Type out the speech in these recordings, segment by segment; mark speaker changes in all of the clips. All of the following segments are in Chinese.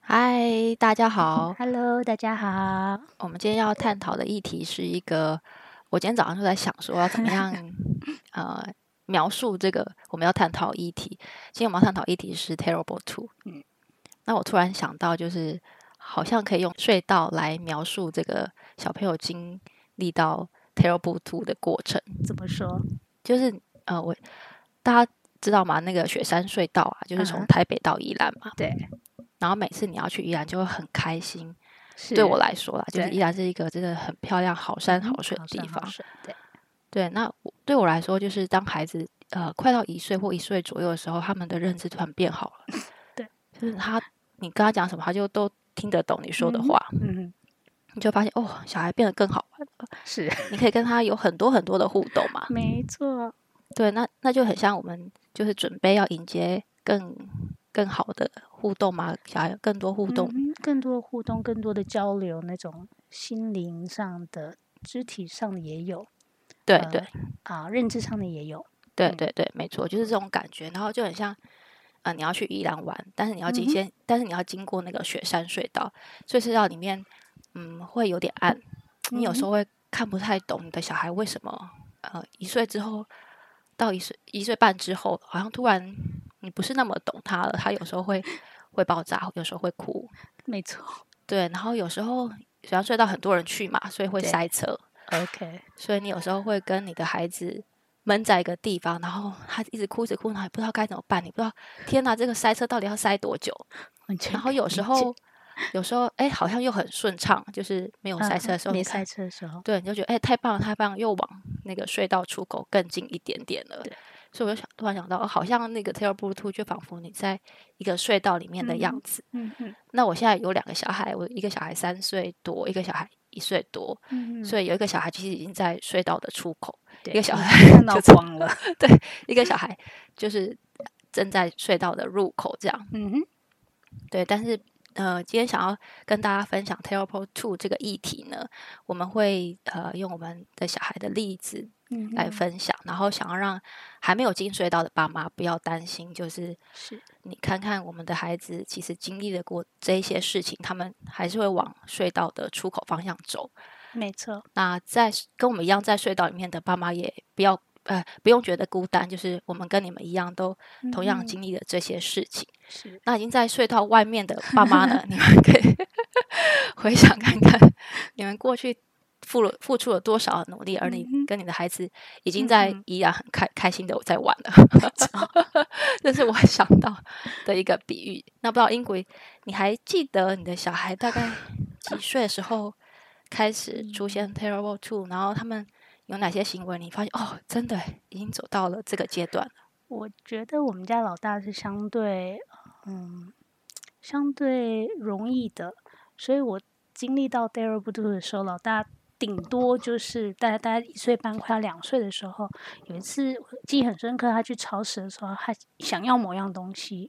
Speaker 1: 嗨，大家好。
Speaker 2: Hello，大家好。
Speaker 1: 我们今天要探讨的议题是一个，我今天早上就在想说要怎么样呃描述这个我们要探讨议题。今天我们要探讨议题是 Terrible Two。嗯，那我突然想到，就是好像可以用隧道来描述这个小朋友经历到 Terrible Two 的过程。
Speaker 2: 怎么说？
Speaker 1: 就是呃，我大家知道吗？那个雪山隧道啊，就是
Speaker 2: 嗯
Speaker 1: 从
Speaker 2: 哼
Speaker 1: 台北到宜兰嘛。
Speaker 2: 对，
Speaker 1: 然后每次你要去宜兰就会很开心，
Speaker 2: 是
Speaker 1: 对我来说啦，就是
Speaker 2: 对嗯
Speaker 1: 依然是一个真的很漂亮、好山好水的
Speaker 2: 好
Speaker 1: 地
Speaker 2: 山好
Speaker 1: 方。
Speaker 2: 水对，
Speaker 1: 对，那我对我来说，就是当孩子呃快到一岁或一岁左右的时候，他们的认知突然变好了。
Speaker 2: 对，
Speaker 1: 就是他，你跟他讲什么，他就都听得懂你说的
Speaker 2: 嗯哼
Speaker 1: 话，
Speaker 2: 嗯
Speaker 1: 你就发现哦，小孩变得更好玩了。
Speaker 2: 哼，是
Speaker 1: 你可以跟他有很多很多的互动嘛。
Speaker 2: 没错，
Speaker 1: 对，那那就很像我们就是准备要迎接更更好的互动嘛，小孩有更多互动。
Speaker 2: 嗯哼更多的互动，更多的交流，那种心灵上的、肢体上的也有
Speaker 1: 对
Speaker 2: 呃
Speaker 1: 对，
Speaker 2: 啊，认知上的也有。
Speaker 1: 对
Speaker 2: 嗯
Speaker 1: 对对，没错，就是这种感觉。然后就很像，呃，你要去宜兰玩，但是你要
Speaker 2: 嗯
Speaker 1: 经
Speaker 2: 哼
Speaker 1: 先，但是你要经过那个雪山隧道，所以隧道里面，嗯，会有点暗，
Speaker 2: 嗯
Speaker 1: 你有时候会看不太懂你的小孩为什么，呃，一岁之后到一岁一岁半之后，好像突然你不是那么懂他了，他有时候会会爆炸，有时候会哭，
Speaker 2: 没错
Speaker 1: 对，然后有时候雪山隧道很多人去嘛，所以会
Speaker 2: 对
Speaker 1: 塞车，
Speaker 2: ，OK，
Speaker 1: 所以你有时候会跟你的孩子闷在一个地方，然后他一直哭，一直哭，然后也不知道该怎么办，你不知道，天哪，这个塞车到底要塞多久？
Speaker 2: 完全
Speaker 1: 然后有时
Speaker 2: 理解
Speaker 1: 候，有时候，哎，好像又很顺畅，就是没有
Speaker 2: 嗯
Speaker 1: 塞车的时候，
Speaker 2: 没
Speaker 1: 你看
Speaker 2: 塞，车的时候，
Speaker 1: 对，你就觉得哎，太棒了，太棒了，又往那个隧道出口更近一点点了
Speaker 2: 对。
Speaker 1: 所以我就想，突然想到，哦好像那个 Terrible Two 就仿佛你在一个隧道里面的样
Speaker 2: 嗯
Speaker 1: 子。
Speaker 2: 嗯嗯
Speaker 1: 那我现在有两个小孩，我一个小孩三岁多，一个小孩一岁多。
Speaker 2: 嗯
Speaker 1: 所以有一个小孩其实已经在隧道的出口，
Speaker 2: 以
Speaker 1: 一个小
Speaker 2: 孩 看到
Speaker 1: 就
Speaker 2: 光了，
Speaker 1: 一个小孩就是正在隧道的入口这样。
Speaker 2: 嗯哼，
Speaker 1: 对，但是呃，今天想要跟大家分享 Telepro Two 这个议题呢，我们会呃用我们的小孩的例子
Speaker 2: 嗯
Speaker 1: 来
Speaker 2: 哼
Speaker 1: 分享，然后想要让还没有进隧道的爸妈不要担心，就是
Speaker 2: 是
Speaker 1: 你看看我们的孩子其实经历了过这一些事情，他们还是会往隧道的出口方向走。
Speaker 2: 没错，
Speaker 1: 那在跟我们一样在隧道里面的爸妈也不要呃不用觉得孤单，就是我们跟你们一样都同样
Speaker 2: 嗯
Speaker 1: 经历了这些事情。
Speaker 2: 是
Speaker 1: 那已经在隧道外面的爸妈呢，你们可 以回想看看你们过去。付了付出了多少的努力，而你
Speaker 2: 嗯哼
Speaker 1: 跟你的孩子已经在
Speaker 2: 嗯
Speaker 1: 依然很开开心的在玩了， 这是我想到的一个比喻。那不知道英国，你还记得你的小孩大概几岁的时候开始出
Speaker 2: 嗯
Speaker 1: 现 terrible two，然后他们有哪些行为？你发现哦，真的已经走到了这个阶段了。
Speaker 2: 我觉得我们家老大是相对，嗯，相对容易的，所以我经历到 d a r e b d o 的时候，老大顶多就是大概大概一岁半，快要两岁的时候，有一次我记忆很深刻，他去超市的时候，他想要某样东西，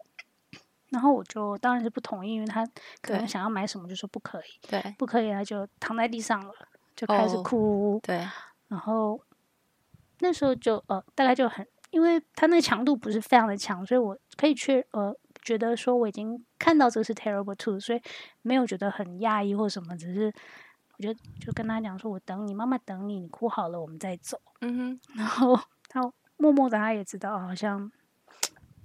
Speaker 2: 然后我就当然是不同意，因为他可
Speaker 1: 对
Speaker 2: 能想要买什么就说不可以，
Speaker 1: 对
Speaker 2: 不可以他就躺在地上了，就开始
Speaker 1: 哦
Speaker 2: 哭。
Speaker 1: 对
Speaker 2: 然后那时候就呃，大概就很，因为它那个强度不是非常的强，所以我可以去呃觉得说我已经看到这是 terrible two，所以没有觉得很讶异或什么，只是我觉得就跟他讲说，我等你，妈妈等你，你哭好了我们再走。
Speaker 1: 嗯哼，
Speaker 2: 然后他默默的他也知道哦好像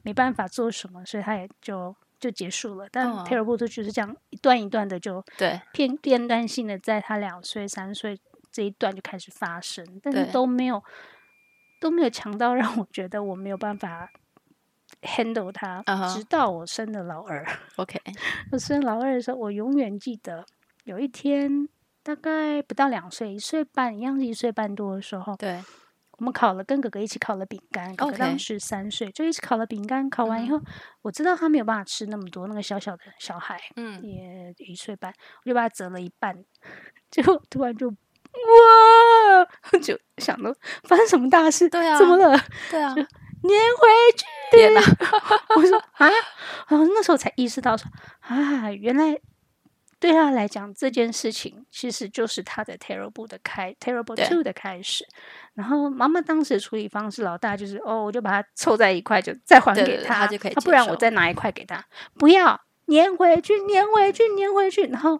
Speaker 2: 没办法做什么，所以他也就。就结束了，但
Speaker 1: 哦
Speaker 2: terrible two 就是这样一段一段的就
Speaker 1: 对
Speaker 2: 片片段性的在他两岁、三岁这一段就开始发生，但是
Speaker 1: 对
Speaker 2: 都没有都没有强到让我觉得我没有办法 handle 他。
Speaker 1: 嗯哼
Speaker 2: 直到我生了老二，
Speaker 1: ，OK，
Speaker 2: 我生老二的时候，我永远记得有一天，大概不到两岁，一岁半，一样是一岁半多的时候，
Speaker 1: 对
Speaker 2: 我们烤了，跟哥哥一起烤了饼干。哥哥
Speaker 1: OK 嗯
Speaker 2: 当时三岁，就一起烤了饼干。烤完以后，我知道他没有办法吃那么多，那个小小的小孩，
Speaker 1: 嗯，
Speaker 2: 也一岁半，我就把它折了一半， 结果突然就哇， 就想到发生什么大事？
Speaker 1: 对啊
Speaker 2: 怎么了？
Speaker 1: 对啊，
Speaker 2: 粘回去？
Speaker 1: 天哪，
Speaker 2: 我说啊，然后那时候才意识到说啊，原来对他来讲这件事情其实就是他的 terrible 的开 terrible
Speaker 1: 对
Speaker 2: two 的开始。然后妈妈当时的处理方式，老大就是哦，我就把它凑在一块，就再还
Speaker 1: 对
Speaker 2: 给
Speaker 1: 对对他就可以
Speaker 2: 他不
Speaker 1: 接
Speaker 2: 然我
Speaker 1: 受
Speaker 2: 再拿一块给他，不要。粘回去，粘回去，粘回去，然后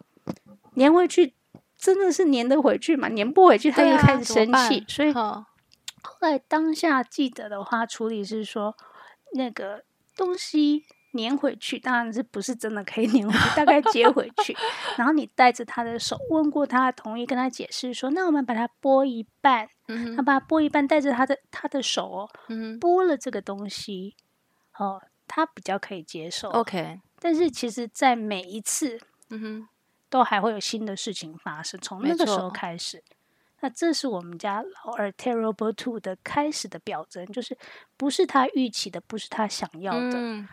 Speaker 2: 粘回去，真的是粘得回去嘛？粘不回去，他
Speaker 1: 对
Speaker 2: 就
Speaker 1: 啊
Speaker 2: 开始
Speaker 1: 怎么
Speaker 2: 生
Speaker 1: 办
Speaker 2: 气。所以
Speaker 1: 嗯
Speaker 2: 后来当下记得的话，处理是说那个东西粘回去，当然是不是真的可以粘回去，大概接回去。然后你带着他的手，问过他的同意，跟他解释说，那我们把它剥一半，
Speaker 1: 嗯
Speaker 2: 他
Speaker 1: 哼
Speaker 2: 把它剥一半，带着他的他的手哦，
Speaker 1: 嗯哼
Speaker 2: 剥了这个东西，哦，他比较可以接受。
Speaker 1: ，OK，
Speaker 2: 但是其实，在每一次
Speaker 1: 嗯哼，
Speaker 2: 都还会有新的事情发生，从
Speaker 1: 没
Speaker 2: 那个时
Speaker 1: 错
Speaker 2: 候开始。那这是我们家老二 Terrible Two 的开始的表征，就是不是他预期的，不是他想要的，
Speaker 1: 嗯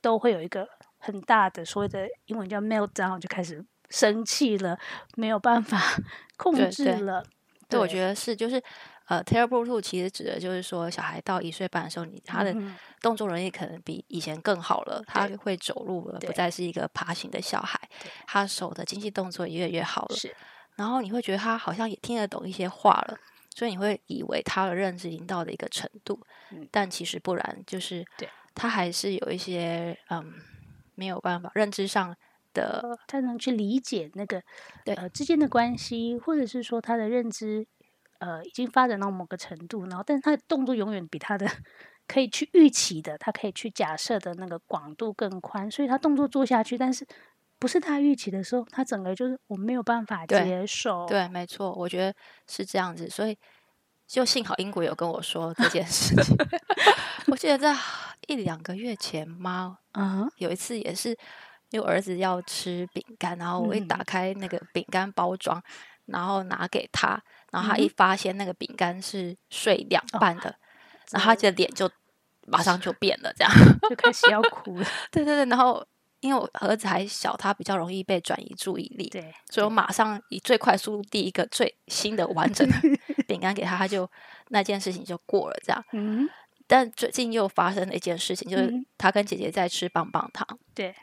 Speaker 2: 都会有一个很大的所谓的英文叫 meltdown，就开始生气了，没有办法 控
Speaker 1: 对
Speaker 2: 制
Speaker 1: 对
Speaker 2: 了。
Speaker 1: 对，我
Speaker 2: 得
Speaker 1: 觉得是，就是呃，terrible two 其实指的就是说，小孩到一岁半的时候，你
Speaker 2: 嗯
Speaker 1: 他的动作能力可能比以前更好了，他
Speaker 2: 对
Speaker 1: 会走路了，不
Speaker 2: 对
Speaker 1: 再是一个爬行的小孩
Speaker 2: 对，
Speaker 1: 他手的经济动作也越来越好了，
Speaker 2: 是
Speaker 1: 然后你会觉得他好像也听得懂一些话了，所以你会以为他的认知已经到了一个程度，
Speaker 2: 嗯
Speaker 1: 但其实不然，就是
Speaker 2: 对
Speaker 1: 他还是有一些嗯没有办法认知上的，
Speaker 2: 他能去理解那个
Speaker 1: 对
Speaker 2: 呃之间的关系，或者是说他的认知呃已经发展到某个程度，然后但是他的动作永远比他的 可以去预期的，他可以去假设的那个广度更宽，所以他动作做下去，但是不是他预期的时候，他整个就是我没有办法
Speaker 1: 对
Speaker 2: 接受。
Speaker 1: 对，没错，我觉得是这样子，所以就幸好英国有跟我说这件事 情， 我记得在一两个月前吗，
Speaker 2: 嗯，
Speaker 1: 有一次也是，因为我儿子要吃饼干，然后我一打
Speaker 2: 嗯
Speaker 1: 开那个饼干包装，然后拿给他，然后他
Speaker 2: 嗯
Speaker 1: 一发现那个饼干是碎两
Speaker 2: 哦
Speaker 1: 半的，然后他的脸就马上就变了， 这样。
Speaker 2: 就开始要哭了。
Speaker 1: 对对对，然后因为我儿子还小，他比较容易被转移注意力，
Speaker 2: 对，
Speaker 1: 所以我马上以最快速度递一个最新的完 整的饼干给他，他就那件事情就过了这样。
Speaker 2: 嗯，
Speaker 1: 但最近又发生了一件事情，就是
Speaker 2: 嗯
Speaker 1: 他跟姐姐在吃棒棒糖。
Speaker 2: 对，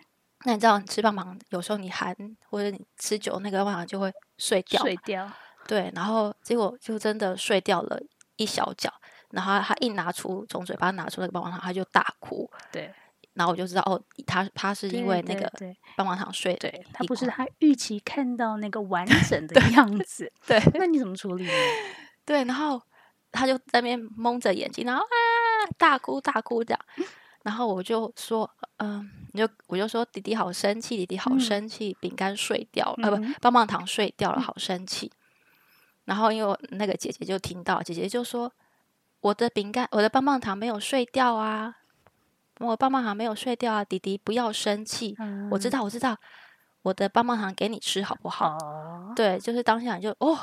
Speaker 1: 那你知道，你吃棒棒有时候你含或者你吃久，那个棒棒糖就会碎掉。
Speaker 2: 碎掉。
Speaker 1: 对，然后结果就真的碎掉了一小角。然后他一拿出从嘴巴拿出那个棒棒糖，他就大哭。
Speaker 2: 对，
Speaker 1: 然后我就知道哦，他他是因
Speaker 2: 对
Speaker 1: 为那
Speaker 2: 对
Speaker 1: 个
Speaker 2: 对
Speaker 1: 棒棒糖碎
Speaker 2: 对，他
Speaker 1: 一
Speaker 2: 不是
Speaker 1: 块
Speaker 2: 他预期看到那个完整的样子，
Speaker 1: 对
Speaker 2: 那你怎么处理 呢？
Speaker 1: 对，然后他就在那边蒙着眼睛，然后啊大哭大哭这样。
Speaker 2: 嗯
Speaker 1: 然后我就说，嗯，你就我就说弟弟好生气，弟弟好
Speaker 2: 嗯
Speaker 1: 生气，饼干碎掉了，呃、
Speaker 2: 嗯
Speaker 1: 不，棒棒糖碎掉了，好生气。然后因为我那个姐姐就听到，姐姐就说我的饼干，我的棒棒糖没有碎掉啊，我棒棒糖没有碎掉啊，弟弟不要生气，我知
Speaker 2: 嗯
Speaker 1: 道我知道，我的棒棒糖给你吃好不好？
Speaker 2: 哦，
Speaker 1: 对，就是当下你就哦，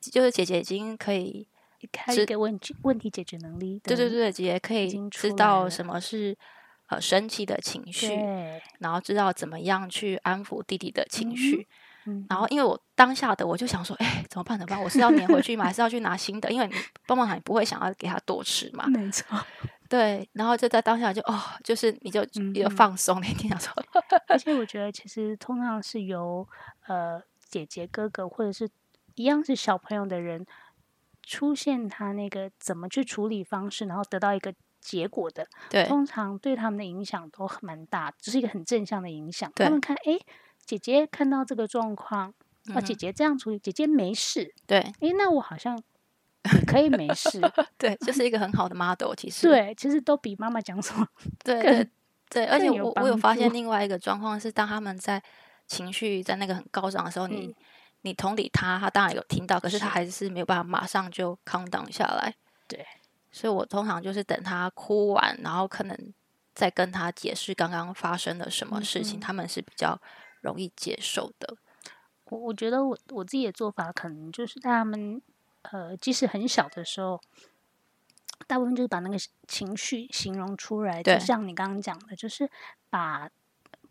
Speaker 1: 就是姐姐已经可以
Speaker 2: 开
Speaker 1: 知
Speaker 2: 一个问题问题解决能力的，
Speaker 1: 对对对，也可以
Speaker 2: 经
Speaker 1: 知
Speaker 2: 出来
Speaker 1: 道
Speaker 2: 了
Speaker 1: 什么是呃生气的情绪，
Speaker 2: 对，
Speaker 1: 然后知道怎么样去安抚弟弟的情
Speaker 2: 嗯
Speaker 1: 绪。
Speaker 2: 嗯
Speaker 1: 然后因为我当下的我就想说，哎，怎么办？怎么办？我是要粘回去吗？还是要去拿新的？因为你棒棒糖你不会想要给他多吃嘛。
Speaker 2: 没错，
Speaker 1: 对，然后就在当下就哦，就是你就也
Speaker 2: 嗯嗯
Speaker 1: 放松了一点，想说
Speaker 2: 而且我觉得其实通常是由呃姐姐、哥哥或者是一样是小朋友的人出现他那个怎么去处理方式，然后得到一个结果的，
Speaker 1: 对
Speaker 2: 通常对他们的影响都很蛮大，只、是一个很正向的影响。
Speaker 1: 对
Speaker 2: 他们看，诶，姐姐看到这个状况，啊，姐
Speaker 1: 嗯
Speaker 2: 姐这样处理，姐姐没事，
Speaker 1: 对
Speaker 2: 诶，那我好像也可以没事。
Speaker 1: 对，就是一个很好的 model，其 实
Speaker 2: 对，其实都比妈妈讲什么，
Speaker 1: 对
Speaker 2: 更
Speaker 1: 对对，而
Speaker 2: 更
Speaker 1: 且
Speaker 2: 有
Speaker 1: 我我有
Speaker 2: 帮
Speaker 1: 发现
Speaker 2: 助
Speaker 1: 另外一个状况是，当他们在情绪在那个很高涨的时候，你
Speaker 2: 嗯
Speaker 1: 你同理他，他当然有听到，可是他
Speaker 2: 是
Speaker 1: 还是没有办法马上就 calm down 下来。
Speaker 2: 对，
Speaker 1: 所以我通常就是等他哭完，然后可能再跟他解释刚刚发生了什么事情，
Speaker 2: 嗯
Speaker 1: 他们是比较容易接受的。
Speaker 2: 我我觉得我我自己的做法可能就是他们呃，即使很小的时候，大部分就是把那个情绪形容出来，就
Speaker 1: 对
Speaker 2: 像你刚刚讲的，就是把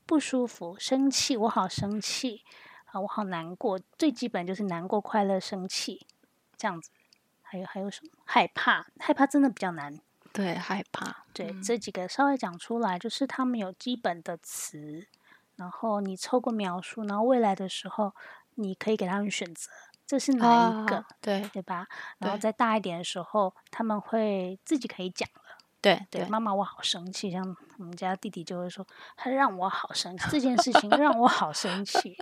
Speaker 2: 不舒服、生气，我好生气啊，我好难过，最基本就是难过、快乐、生气这样子。还有还有什么？害怕，害怕真的比较难。
Speaker 1: 对，害怕，
Speaker 2: 对，
Speaker 1: 嗯
Speaker 2: 这几个稍微讲出来，就是他们有基本的词，然后你透过描述，然后未来的时候，你可以给他们选择，这是哪一个，
Speaker 1: 啊对
Speaker 2: 哦对吧？然后
Speaker 1: 对
Speaker 2: 再大一点的时候，他们会自己可以讲了，
Speaker 1: 对
Speaker 2: 对，
Speaker 1: 对
Speaker 2: 妈妈我好生气，像我们家弟弟就会说，他让我好生气，这件事情让我好生气。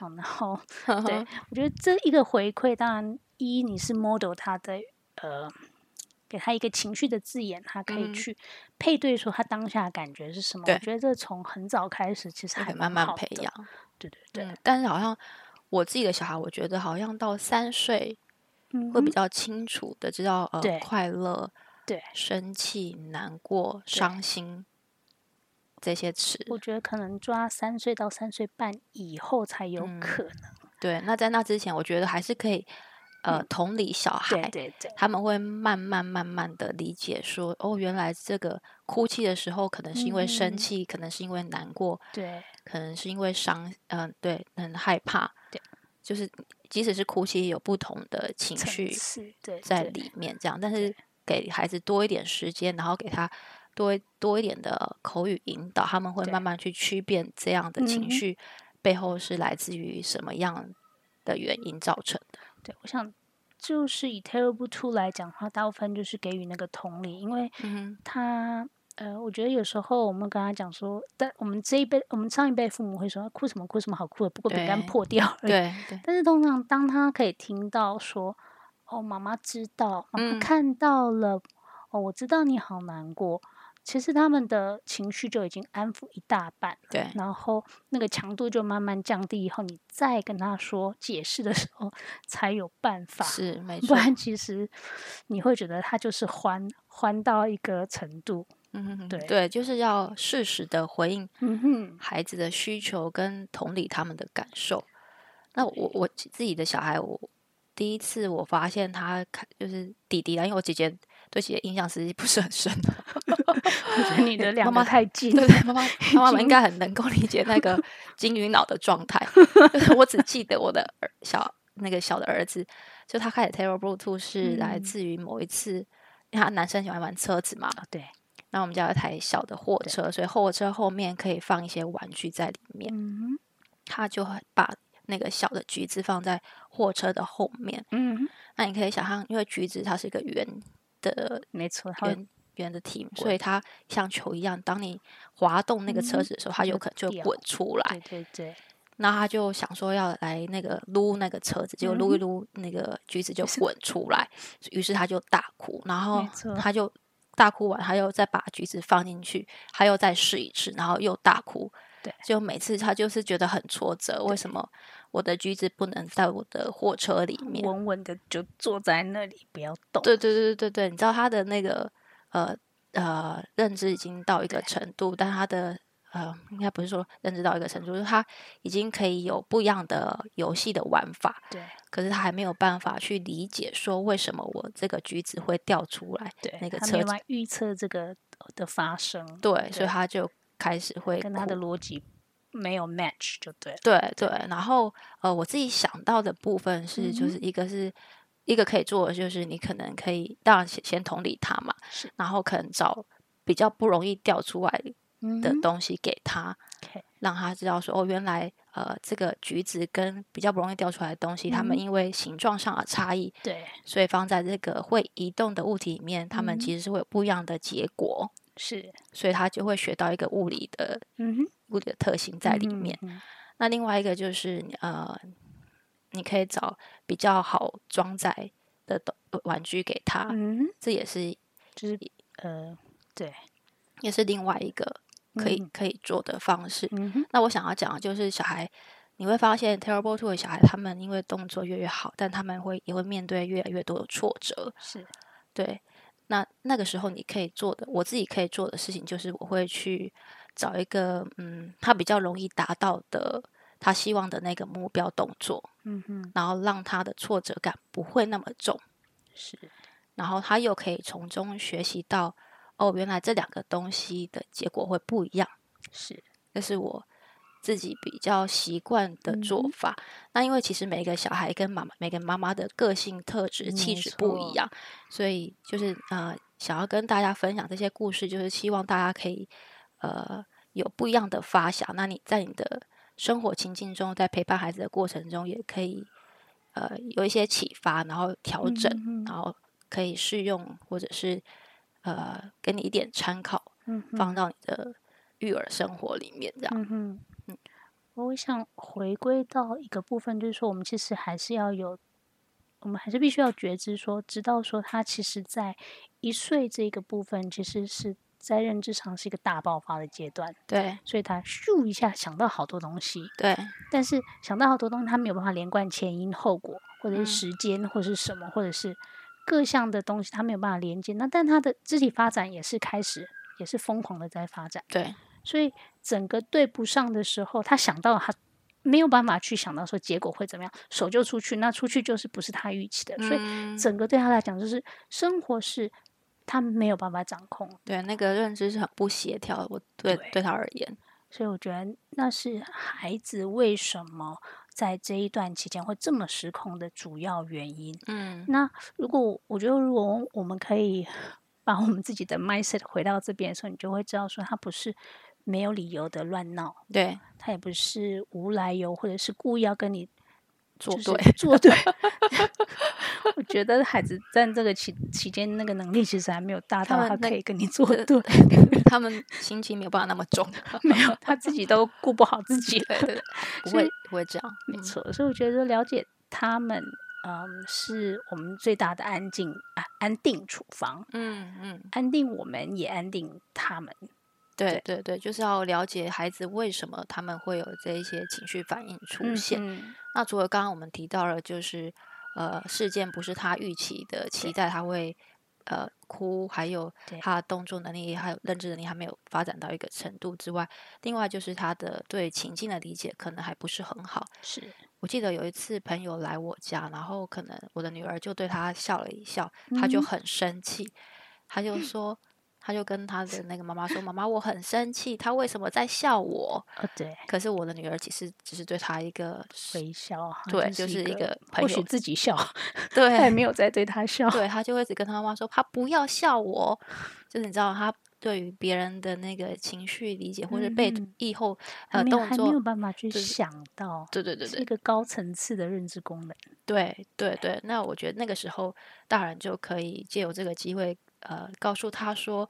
Speaker 2: 好，然后
Speaker 1: 嗯
Speaker 2: 对我觉得这一个回馈，当然一你是 model 他的呃，给他一个情绪的字眼，他可以
Speaker 1: 嗯
Speaker 2: 去配对说他当下的感觉是什么。我
Speaker 1: 对
Speaker 2: 觉得这从很早开始其实
Speaker 1: 就可
Speaker 2: 还
Speaker 1: 以慢
Speaker 2: 蛮
Speaker 1: 慢
Speaker 2: 好
Speaker 1: 培
Speaker 2: 的
Speaker 1: 养。。
Speaker 2: 对对对，
Speaker 1: 嗯，但是好像我自己的小孩，我觉得好像到三岁
Speaker 2: 嗯
Speaker 1: 会比
Speaker 2: 哼
Speaker 1: 较清楚的知道、
Speaker 2: 对
Speaker 1: 呃快乐、
Speaker 2: 对。
Speaker 1: 生气、难过、伤心这些词。
Speaker 2: 我觉得可能抓三岁到三岁半以后才有
Speaker 1: 嗯
Speaker 2: 可能。
Speaker 1: 对，那在那之前，我觉得还是可以呃同理小
Speaker 2: 嗯对
Speaker 1: 孩，
Speaker 2: 对对，
Speaker 1: 他们会慢慢慢慢的理解说，哦，原来这个哭泣的时候，可能是因为
Speaker 2: 嗯
Speaker 1: 生气，可能是因为难过，
Speaker 2: 对
Speaker 1: 可能是因为伤，嗯、对，很害怕，
Speaker 2: 对，
Speaker 1: 就是即使是哭泣，也有不同的情
Speaker 2: 层
Speaker 1: 绪
Speaker 2: 次对
Speaker 1: 在
Speaker 2: 对
Speaker 1: 里面，这样，但是给孩子多一点时间，然后给他多一多一点的口语引导，他们会
Speaker 2: 对
Speaker 1: 慢慢去区辨这样的
Speaker 2: 嗯
Speaker 1: 情
Speaker 2: 哼
Speaker 1: 绪背后是来自于什么样的原因造成的。
Speaker 2: 对，我想就是以 Terrible Two 来讲的话，大部分就是给予那个同理，因为
Speaker 1: 嗯
Speaker 2: 他呃，我觉得有时候我们跟他讲说，但我们这一辈，我们上一辈父母会说哭什么哭什么好哭的，不过饼干
Speaker 1: 对
Speaker 2: 破掉
Speaker 1: 哼，
Speaker 2: 而已。
Speaker 1: 对对，
Speaker 2: 但是通常当他可以听到说，哦，妈妈知道，妈妈
Speaker 1: 嗯
Speaker 2: 看到了，哦，我知道你好难过。其实他们的情绪就已经安抚一大半了，
Speaker 1: 对
Speaker 2: 然后那个强度就慢慢降低，以后你再跟他说解释的时候才有办法，
Speaker 1: 是没
Speaker 2: 不
Speaker 1: 错，
Speaker 2: 然其实你会觉得他就是欢欢到一个程度，
Speaker 1: 嗯哼哼
Speaker 2: 对
Speaker 1: 对，就是要适时的回应
Speaker 2: 嗯哼，
Speaker 1: 孩子的需求跟同理他们的感受。那我我自己的小孩，我第一次我发现他看就是弟弟啦，因为我姐姐对姐姐印象实际不是很深的，
Speaker 2: 我觉得 你的两
Speaker 1: 妈妈
Speaker 2: 个太近
Speaker 1: 对
Speaker 2: 了，
Speaker 1: 对，妈妈妈妈们应该很能够理解那 个金鱼脑的状态。就是我只记得我的儿小那个小的儿子，就他开始 Terrible Two 是来
Speaker 2: 嗯
Speaker 1: 自于某一次，因为他男生喜欢玩车子嘛，
Speaker 2: 啊对，
Speaker 1: 那我们家有一台小的货
Speaker 2: 对
Speaker 1: 车，所以货车后面可以放一些玩具在里面，
Speaker 2: 嗯哼
Speaker 1: 他就会把那个小的橘子放在货车的后面。
Speaker 2: 嗯哼，
Speaker 1: 那你可以想象，因为橘子它是一个圆的
Speaker 2: 没错，他会
Speaker 1: 圆圆的体，所以它像球一样，当你滑动那个
Speaker 2: 嗯
Speaker 1: 车
Speaker 2: 哼
Speaker 1: 子的时候，它有
Speaker 2: 就
Speaker 1: 可能就会
Speaker 2: 掉
Speaker 1: 滚出来。
Speaker 2: 对对对，
Speaker 1: 那他就想说要来那个撸那个车子，结果
Speaker 2: 嗯
Speaker 1: 撸一
Speaker 2: 哼
Speaker 1: 撸，那个橘 子就滚出来，于是他就大哭，然后
Speaker 2: 错
Speaker 1: 他就大哭完，他又再把橘子放进去，他又再试一次，然后又大哭。
Speaker 2: 对
Speaker 1: 就每次他就是觉得很挫折，为什么我的橘子不能在我的货车里面？
Speaker 2: 稳稳的就坐在那里，不要动。
Speaker 1: 对对对对对，你知道他的那个呃呃认知已经到一个程度，但他的呃应该不是说认知到一个程度，就是他已经可以有不一样的游戏的玩法，
Speaker 2: 对
Speaker 1: 可是他还没有办法去理解说为什么我这个橘子会掉出来，
Speaker 2: 对，
Speaker 1: 那个
Speaker 2: 他
Speaker 1: 车
Speaker 2: 没有
Speaker 1: 子
Speaker 2: 办法预测这个的发生，
Speaker 1: 对，所
Speaker 2: 对
Speaker 1: 以他就开始会
Speaker 2: 跟他
Speaker 1: 哭
Speaker 2: 的逻辑没有 match 就对了。
Speaker 1: 对对，然后呃，我自己想到的部分是，就
Speaker 2: 嗯
Speaker 1: 是一个是、一个可以做的，就是你可能可以当然先先同理他嘛
Speaker 2: 是，
Speaker 1: 然后可能找比较不容易掉出来
Speaker 2: 嗯
Speaker 1: 的
Speaker 2: 哼
Speaker 1: 东西给他，
Speaker 2: ，OK，
Speaker 1: 让他知道说哦，原来呃这个橘子跟比较不容易掉出来的东西，它们
Speaker 2: 嗯
Speaker 1: 因为形状上的差异，
Speaker 2: 对，
Speaker 1: 所以放在这个会移动的物体里面，它们
Speaker 2: 嗯
Speaker 1: 其实是会有不一样的结果，
Speaker 2: 是，
Speaker 1: 所以他就会学到一个物理的
Speaker 2: 嗯哼，
Speaker 1: 物理的特性在里
Speaker 2: 嗯哼
Speaker 1: 面。
Speaker 2: 嗯哼
Speaker 1: 那另外一个就是呃，你可以找比较好装载的东呃玩具给他，
Speaker 2: 嗯哼，
Speaker 1: 这也是
Speaker 2: 就是呃，对，
Speaker 1: 也是另外一个可以、
Speaker 2: 嗯
Speaker 1: 可以做的方式。
Speaker 2: 嗯哼，
Speaker 1: 那我想要讲的就是小孩。你会发现，Terrible Two 的小孩，他们因为动作越来越好，但他们会也会面对越来越多的挫折。
Speaker 2: 是，
Speaker 1: 对，那那个时候你可以做的，我自己可以做的事情就是，我会去找一个嗯，他比较容易达到的，他希望的那个目标动作，
Speaker 2: 嗯哼，
Speaker 1: 然后让他的挫折感不会那么重，
Speaker 2: 是，
Speaker 1: 然后他又可以从中学习到，哦，原来这两个东西的结果会不一样。
Speaker 2: 是，
Speaker 1: 这是我自己比较习惯的做
Speaker 2: 嗯
Speaker 1: 法。那因为其实每个小孩跟妈妈、每个妈妈的个性特质、气
Speaker 2: 没
Speaker 1: 质不
Speaker 2: 错
Speaker 1: 一样，所以就是呃，想要跟大家分享这些故事，就是希望大家可以呃有不一样的发想。那你在你的生活情境中，在陪伴孩子的过程中，也可以呃有一些启发，然后调整，
Speaker 2: 嗯哼
Speaker 1: 然后可以适用或者是呃给你一点参考，
Speaker 2: 嗯哼
Speaker 1: 放到你的育儿生活里面，这样。
Speaker 2: 嗯哼，我想回归到一个部分，就是说，我们其实还是要有，我们还是必须要觉知说，知道说，他其实在一岁这个部分，其实是在认知上是一个大爆发的阶段，
Speaker 1: 对
Speaker 2: 所以他咻一下想到好多东西，
Speaker 1: 对
Speaker 2: 但是想到好多东西，他没有办法连贯前因后果，或者是
Speaker 1: 嗯
Speaker 2: 时间，或者是什么，或者是各项的东西，他没有办法连接。那但他的肢体发展也是开始，也是疯狂的在发展。
Speaker 1: 对
Speaker 2: 所以整个对不上的时候，他想到他没有办法去想到说结果会怎么样，手就出去，那出去就是不是他预期的，所以
Speaker 1: 嗯
Speaker 2: 整个对他来讲就是生活是他没有办法掌控的，
Speaker 1: 对那个认知是很不协调的，我对
Speaker 2: 对
Speaker 1: 对他而言，
Speaker 2: 所以我觉得那是孩子为什么在这一段期间会这么失控的主要原因。
Speaker 1: 嗯
Speaker 2: 那如果我觉得，如果我们可以把我们自己的 mindset 回到这边的时候，你就会知道说，他不是没有理由的乱闹，
Speaker 1: 对
Speaker 2: 他也不是无来由或者是故意要跟你
Speaker 1: 做
Speaker 2: 就是
Speaker 1: 对，
Speaker 2: 作对。 我觉得孩子在这个期期间，那个能力其实还没有大
Speaker 1: 他
Speaker 2: 到
Speaker 1: 们
Speaker 2: 他
Speaker 1: 那
Speaker 2: 可以跟你作
Speaker 1: 对
Speaker 2: 对，
Speaker 1: 他们心情没有办法那么重，
Speaker 2: 没有他自己都顾不好自己了。
Speaker 1: 对对对，不
Speaker 2: 所以
Speaker 1: 会不会这样，
Speaker 2: 没
Speaker 1: 嗯
Speaker 2: 错，所以我觉得了解他们，嗯，是我们最大的安静啊，安定处方，
Speaker 1: 嗯嗯，
Speaker 2: 安定我们，也安定他们。
Speaker 1: 对对对，就是要了解孩子为什么他们会有这一些情绪反应出
Speaker 2: 嗯
Speaker 1: 现。
Speaker 2: 哼
Speaker 1: 那除了刚刚我们提到了，就是呃，事件不是他预期的，期待他会呃哭，还有
Speaker 2: 对
Speaker 1: 他的动作能力还有认知能力还没有发展到一个程度之外，另外就是他的对情境的理解可能还不是很好。
Speaker 2: 是，
Speaker 1: 我记得有一次朋友来我家，然后可能我的女儿就对他笑了一笑，她就
Speaker 2: 嗯
Speaker 1: 很生气，她就说，她就跟她的那个妈妈说：“ 妈妈，我很生气，她为什么在笑我
Speaker 2: 哦，对，？”
Speaker 1: 可是我的女儿其实只是对她一个
Speaker 2: 微笑啊，
Speaker 1: 对，就是一
Speaker 2: 一
Speaker 1: 个朋
Speaker 2: 或许
Speaker 1: 友，
Speaker 2: 自 己笑，他也
Speaker 1: 对
Speaker 2: 没有在对他笑。
Speaker 1: 对，他就会一直跟他妈妈说，他不要笑我，就是你知道他对于别人的那个情绪理解，或者被
Speaker 2: 嗯嗯
Speaker 1: 以后
Speaker 2: 还
Speaker 1: 呃
Speaker 2: 没有
Speaker 1: 动
Speaker 2: 还没有
Speaker 1: 作，
Speaker 2: 办法去
Speaker 1: 对
Speaker 2: 想到，
Speaker 1: 对对对
Speaker 2: 是一
Speaker 1: 对
Speaker 2: 个高层次的认知功能。
Speaker 1: 对对对，那我觉得那个时候大人就可以借由这个机会，呃，告诉他说，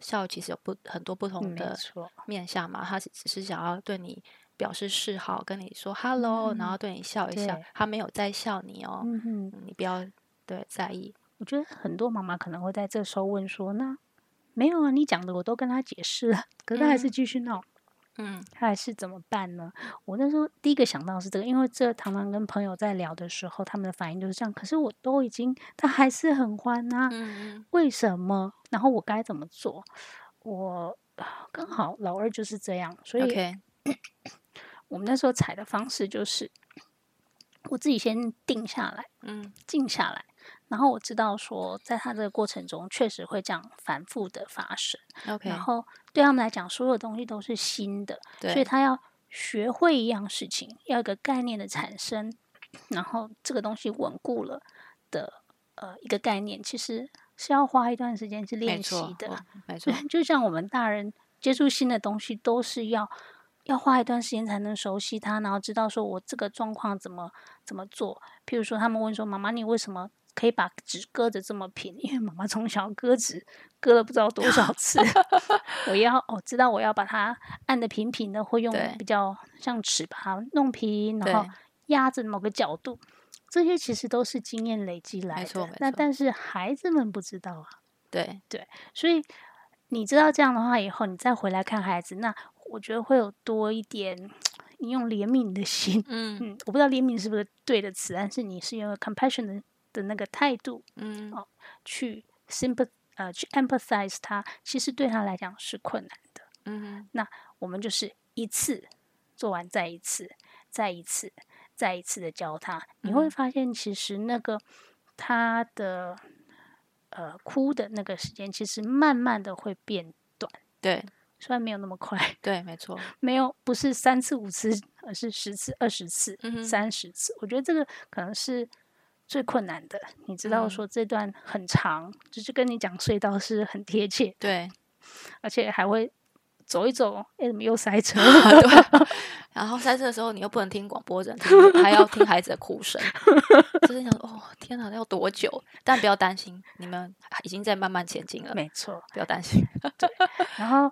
Speaker 1: 笑其实有不很多不同
Speaker 2: 嗯没
Speaker 1: 的
Speaker 2: 错，哦
Speaker 1: 面向嘛，他只只是想要对你表示示好，跟你说 hello，、然后对你笑一笑
Speaker 2: 嗯对，
Speaker 1: 他没有在笑你哦，
Speaker 2: 嗯哼，
Speaker 1: 你不要对在意，
Speaker 2: 我觉得很多妈妈可能会在这时候问说：“那没有啊，你讲的我都跟他解释了，可是他还是
Speaker 1: 嗯
Speaker 2: 继续闹，
Speaker 1: 嗯
Speaker 2: 他还是怎么办呢？”我那时候第一个想到的是这个，因为这常常跟朋友在聊的时候，他们的反应就是这样。可是我都已经，他还是很欢啊，
Speaker 1: 嗯嗯，
Speaker 2: 为什么？然后我该怎么做？我啊刚好老二就是这样，所以
Speaker 1: OK，
Speaker 2: 我们那时候采的方式就是，我自己先定下来，
Speaker 1: 嗯
Speaker 2: 静下来，然后我知道说，在他这个过程中确实会这样反复的发生，
Speaker 1: ，OK，
Speaker 2: 然后对他们来讲，所有东西都是新的，所以
Speaker 1: 对，
Speaker 2: 他要学会一样事情，要有一个概念的产生，然后这个东西稳固了的呃一个概念，其实是要花一段时间去
Speaker 1: 没
Speaker 2: 练习
Speaker 1: 错，
Speaker 2: 的。
Speaker 1: 我没错，
Speaker 2: 就像我们大人接触新的东西，都是要要花一段时间才能熟悉它，然后知道说我这个状况怎么怎么做。譬如说，他们问说：“妈妈，你为什么可以把纸割得这么平？”因为妈妈从小割纸割了不知道多少次， 我要哦，知道我要把它按得平平的，或用
Speaker 1: 对
Speaker 2: 比较像尺把它弄平，然后
Speaker 1: 对
Speaker 2: 压着某个角度。这些其实都是经验累积来
Speaker 1: 错
Speaker 2: 的
Speaker 1: 没，
Speaker 2: 那
Speaker 1: 错
Speaker 2: 但是孩子们不知道啊，
Speaker 1: 对，
Speaker 2: 所以你知道这样的话以后，你再回来看孩子，那我觉得会有多一点你用怜悯的 心，
Speaker 1: 嗯
Speaker 2: 嗯，我不知道怜悯是不是对的词，但是你是用 compassion 的的那个态度
Speaker 1: 嗯，
Speaker 2: 去 sympath 呃去 empathize 他，其实对他来讲是困难的。
Speaker 1: 嗯
Speaker 2: 我们就是一次做完再一次，再一次，再一次的教他，你会
Speaker 1: 嗯
Speaker 2: 发现其实那个他的呃哭的那个时间，其实慢慢的会变短，
Speaker 1: 对
Speaker 2: 虽然没有那么快，
Speaker 1: 对，没错，
Speaker 2: 没有不是三次五次，而是十次、二十次、
Speaker 1: 嗯哼
Speaker 2: 三十次。我觉得这个可能是最困难的。你知道
Speaker 1: 嗯
Speaker 2: 说这段很长，就是跟你讲隧道是很贴切，
Speaker 1: 对。
Speaker 2: 而且还会走一走，哎，怎么又塞车？
Speaker 1: 然后赛车的时候，你又不能听广播人听 乐，还要听孩子的哭声，就是想说哦，天哪，要多久？但不要担心，你们已经在慢慢前进了，
Speaker 2: 没错。
Speaker 1: 不要担心。
Speaker 2: 然后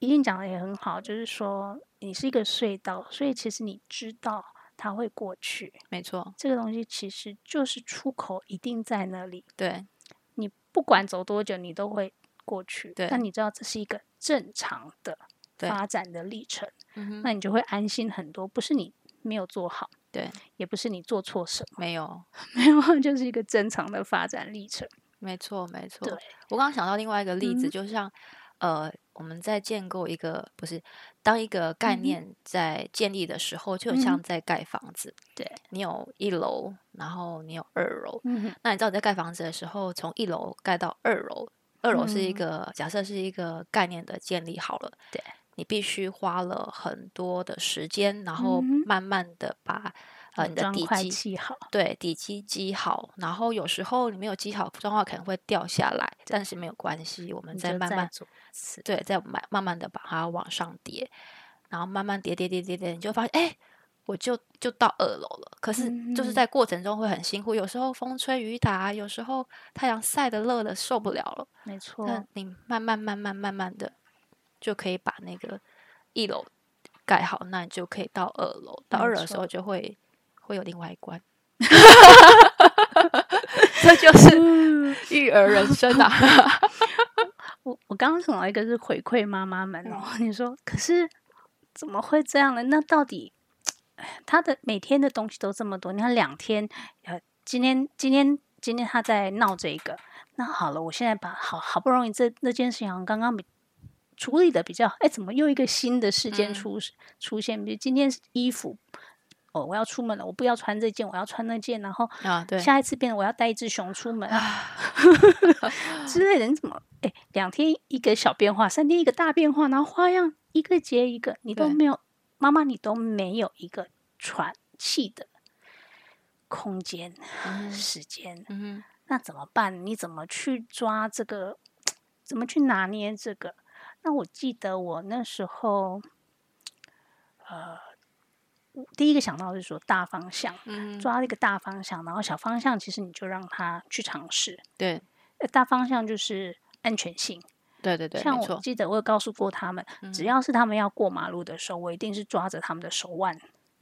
Speaker 2: 一定讲的也很好，就是说你是一个隧道，所以其实你知道它会过去，
Speaker 1: 没错，
Speaker 2: 这个东西其实就是出口一定在那里，
Speaker 1: 对
Speaker 2: 你不管走多久，你都会过去。
Speaker 1: 对
Speaker 2: 但你知道这是一个正常的
Speaker 1: 对
Speaker 2: 发展的历程，
Speaker 1: 嗯哼，
Speaker 2: 那你就会安心很多。不是你没有做好，
Speaker 1: 对，
Speaker 2: 也不是你做错什么，
Speaker 1: 没有，
Speaker 2: 没有，就是一个正常的发展历程。
Speaker 1: 没错，没错
Speaker 2: 对。
Speaker 1: 我刚刚想到另外一个例子，
Speaker 2: 嗯
Speaker 1: 就像呃，我们在建构一个不是当一个概
Speaker 2: 嗯哼
Speaker 1: 念在建立的时候，就很
Speaker 2: 嗯
Speaker 1: 像
Speaker 2: 哼
Speaker 1: 在盖房子。
Speaker 2: 对，
Speaker 1: 你有一楼，然后你有二楼。
Speaker 2: 嗯哼，
Speaker 1: 那你知道你在盖房子的时候，从一楼盖到二楼，二楼是一
Speaker 2: 嗯
Speaker 1: 个、假设是一个概念的建立好了，
Speaker 2: 对，
Speaker 1: 你必须花了很多的时间，然后
Speaker 2: 嗯哼
Speaker 1: 慢慢的把、呃你的
Speaker 2: 装
Speaker 1: 底
Speaker 2: 块
Speaker 1: 基
Speaker 2: 砌好，
Speaker 1: 对底基积好，然后有时候你没有积好，妆化可能会掉下来，但是没有关系，我们
Speaker 2: 你
Speaker 1: 再
Speaker 2: 就
Speaker 1: 慢慢
Speaker 2: 做一次。
Speaker 1: 对，再慢慢慢的把它往上叠，然后慢慢叠叠叠叠叠，你就发现哎。我就就到二楼了，可是就是
Speaker 2: 嗯
Speaker 1: 在过程中会很辛苦，有时候风吹雨打，有时候太阳晒的热的受不了了。
Speaker 2: 没错，
Speaker 1: 那你慢慢慢慢慢慢的就可以把那个一楼盖好，那你就可以到二楼。到
Speaker 2: 没
Speaker 1: 二楼的时
Speaker 2: 错
Speaker 1: 候就会会有另外一 关，这就是育儿人生啊！
Speaker 2: 我我刚刚想到一个是回馈妈妈们哦， 你说可是怎么会这样呢？那到底他的每天的东西都这么多，你看两天，呃，今天今天今天他在闹这个，那好了，我现在把好好不容易这那件事情好像刚刚比处理的比较，哎，怎么又一个新的事件
Speaker 1: 嗯
Speaker 2: 出、出现？比如今天是衣服。哦，我要出门了，我不要穿这件，我要穿那件，然后
Speaker 1: 啊，对，啊
Speaker 2: 下一次变成我要带一只熊出门 之类的，你怎么哎两天一个小变化，三天一个大变化，然后花样一个接一个，你都
Speaker 1: 对
Speaker 2: 没有妈妈，你都没有一个喘气的空间、
Speaker 1: 嗯哼
Speaker 2: 时间，
Speaker 1: 嗯哼，
Speaker 2: 那怎么办？你怎么去抓这个？怎么去拿捏这个？那我记得我那时候，呃，我第一个想到的是说大方向。
Speaker 1: 嗯哼，
Speaker 2: 抓了一个大方向，然后小方向其实你就让他去尝试。
Speaker 1: 对，
Speaker 2: 呃大方向就是安全性，
Speaker 1: 对对对，
Speaker 2: 像
Speaker 1: 没
Speaker 2: 我
Speaker 1: 错，嗯
Speaker 2: 记得我有告诉过他们，只要是他们要过马路的时候，我一定是抓着他们的手腕，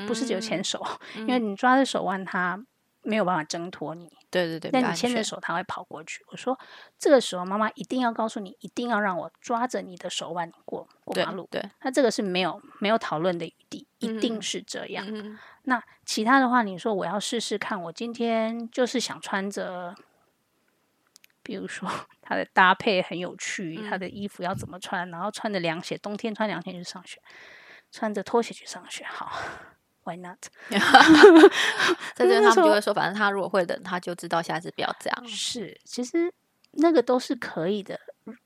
Speaker 2: 不是只有牵
Speaker 1: 嗯，
Speaker 2: 手， 因为你抓着手腕，他没有办法挣脱你。
Speaker 1: 对对对，比
Speaker 2: 但
Speaker 1: 较
Speaker 2: 你
Speaker 1: 安
Speaker 2: 牵着
Speaker 1: 全，
Speaker 2: 手，他会跑过去。我说这个时候，妈妈一定要告诉你，一定要让我抓着你的手腕过过
Speaker 1: 对
Speaker 2: 马路。
Speaker 1: 对，
Speaker 2: 那这个是没有没有讨论的余地，一
Speaker 1: 嗯
Speaker 2: 定是这 样。
Speaker 1: 嗯哼
Speaker 2: 那其他的话，你说我要试试看，我今天就是想穿着，比如说 它的搭配很有趣，它
Speaker 1: 嗯
Speaker 2: 的衣服要怎么穿，然后穿着凉鞋，冬天穿凉鞋去上学，穿着拖鞋去上学，好，Why not？
Speaker 1: 在这边
Speaker 2: 那
Speaker 1: 他
Speaker 2: 时
Speaker 1: 们就
Speaker 2: 候
Speaker 1: 会说，反正他如果会冷，他就知道下次不要这样。
Speaker 2: 是，其实那个都是可以的，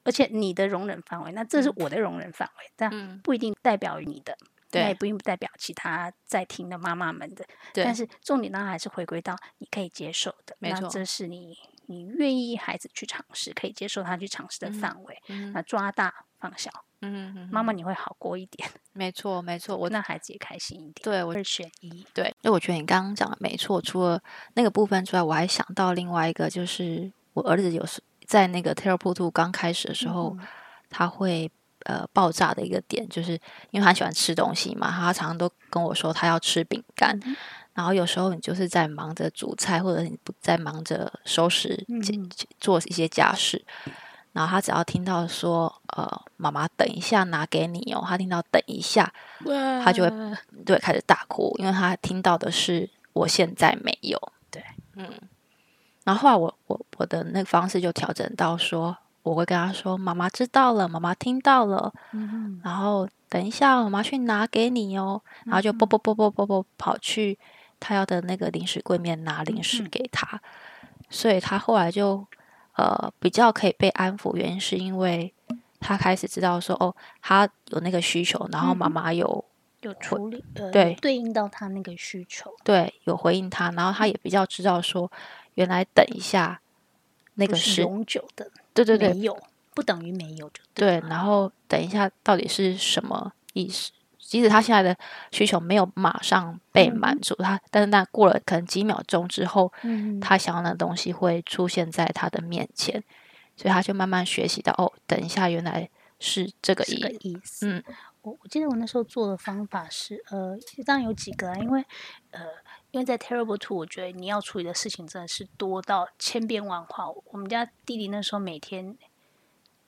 Speaker 2: 而且你的容忍范围，那这是我的容忍范围，但
Speaker 1: 嗯，
Speaker 2: 不一定代表于你的，那
Speaker 1: 对
Speaker 2: 也不一定代表其他在听的妈妈们的但
Speaker 1: 对，
Speaker 2: 是重点当然还是回归到你可以接受的，
Speaker 1: 没
Speaker 2: 那
Speaker 1: 错
Speaker 2: 这是你你愿意孩子去尝试，可以接受他去尝试的范围，
Speaker 1: 嗯
Speaker 2: 那抓大放小，
Speaker 1: 嗯哼，
Speaker 2: 妈妈你会好过一点，
Speaker 1: 没错没错，我
Speaker 2: 那孩子也开心一点。
Speaker 1: 对我
Speaker 2: 二选一，嗯
Speaker 1: 对，因为我觉得你刚刚讲的没错，除了那个部分之外，我还想到另外一个，就是我儿子有时在那个 t e r r p o t 刚开始的时候，
Speaker 2: 嗯
Speaker 1: 他会呃爆炸的一个点，就是因为他喜欢吃东西嘛，他常常都跟我说他要吃饼
Speaker 2: 嗯
Speaker 1: 干，然后有时候你就是在忙着煮菜，或者你不在忙着收拾、
Speaker 2: 嗯
Speaker 1: 做一些家事。然后他只要听到说，呃，妈妈等一下拿给你哦，他听到等一下，他就会对，开始大哭，因为他听到的是我现在没有。
Speaker 2: 对，
Speaker 1: 嗯。然后后来我我我的那个方式就调整到说，我会跟他说：“妈妈知道了，妈妈听到了，
Speaker 2: 嗯
Speaker 1: 然后等一下，妈妈去拿给你哦。”然后就
Speaker 2: 嗯
Speaker 1: 啵啵啵啵啵啵跑去他要的那个零食柜面拿零食
Speaker 2: 嗯
Speaker 1: 给他，所以他后来就呃比较可以被安抚，原因是因为他开始知道说哦，他有那个需求，然后妈
Speaker 2: 嗯哼
Speaker 1: 妈有
Speaker 2: 有处理呃
Speaker 1: 对
Speaker 2: 对应到他那个需求，
Speaker 1: 对，有回应他，然后他也比较知道说，原来等一下那
Speaker 2: 那
Speaker 1: 个
Speaker 2: 是
Speaker 1: 是，
Speaker 2: 永久的，
Speaker 1: 对对对
Speaker 2: 没有不等于没有就
Speaker 1: 啊对，然后等一下到底是什么意思？即使他现在的需求没有马上被满足，他但是那过了可能几秒钟之后，
Speaker 2: 嗯，
Speaker 1: 他想要的东西会出现在他的面前，所以他就慢慢学习到哦，等一下原来是这个
Speaker 2: 这
Speaker 1: 意
Speaker 2: 个
Speaker 1: 思，
Speaker 2: 意思。
Speaker 1: 嗯，
Speaker 2: 我我记得我那时候做的方法是，呃，当然有几个啊，因为呃，因为在 Terrible Two，我觉得你要处理的事情真的是多到千变万化。我们家弟弟那时候每天，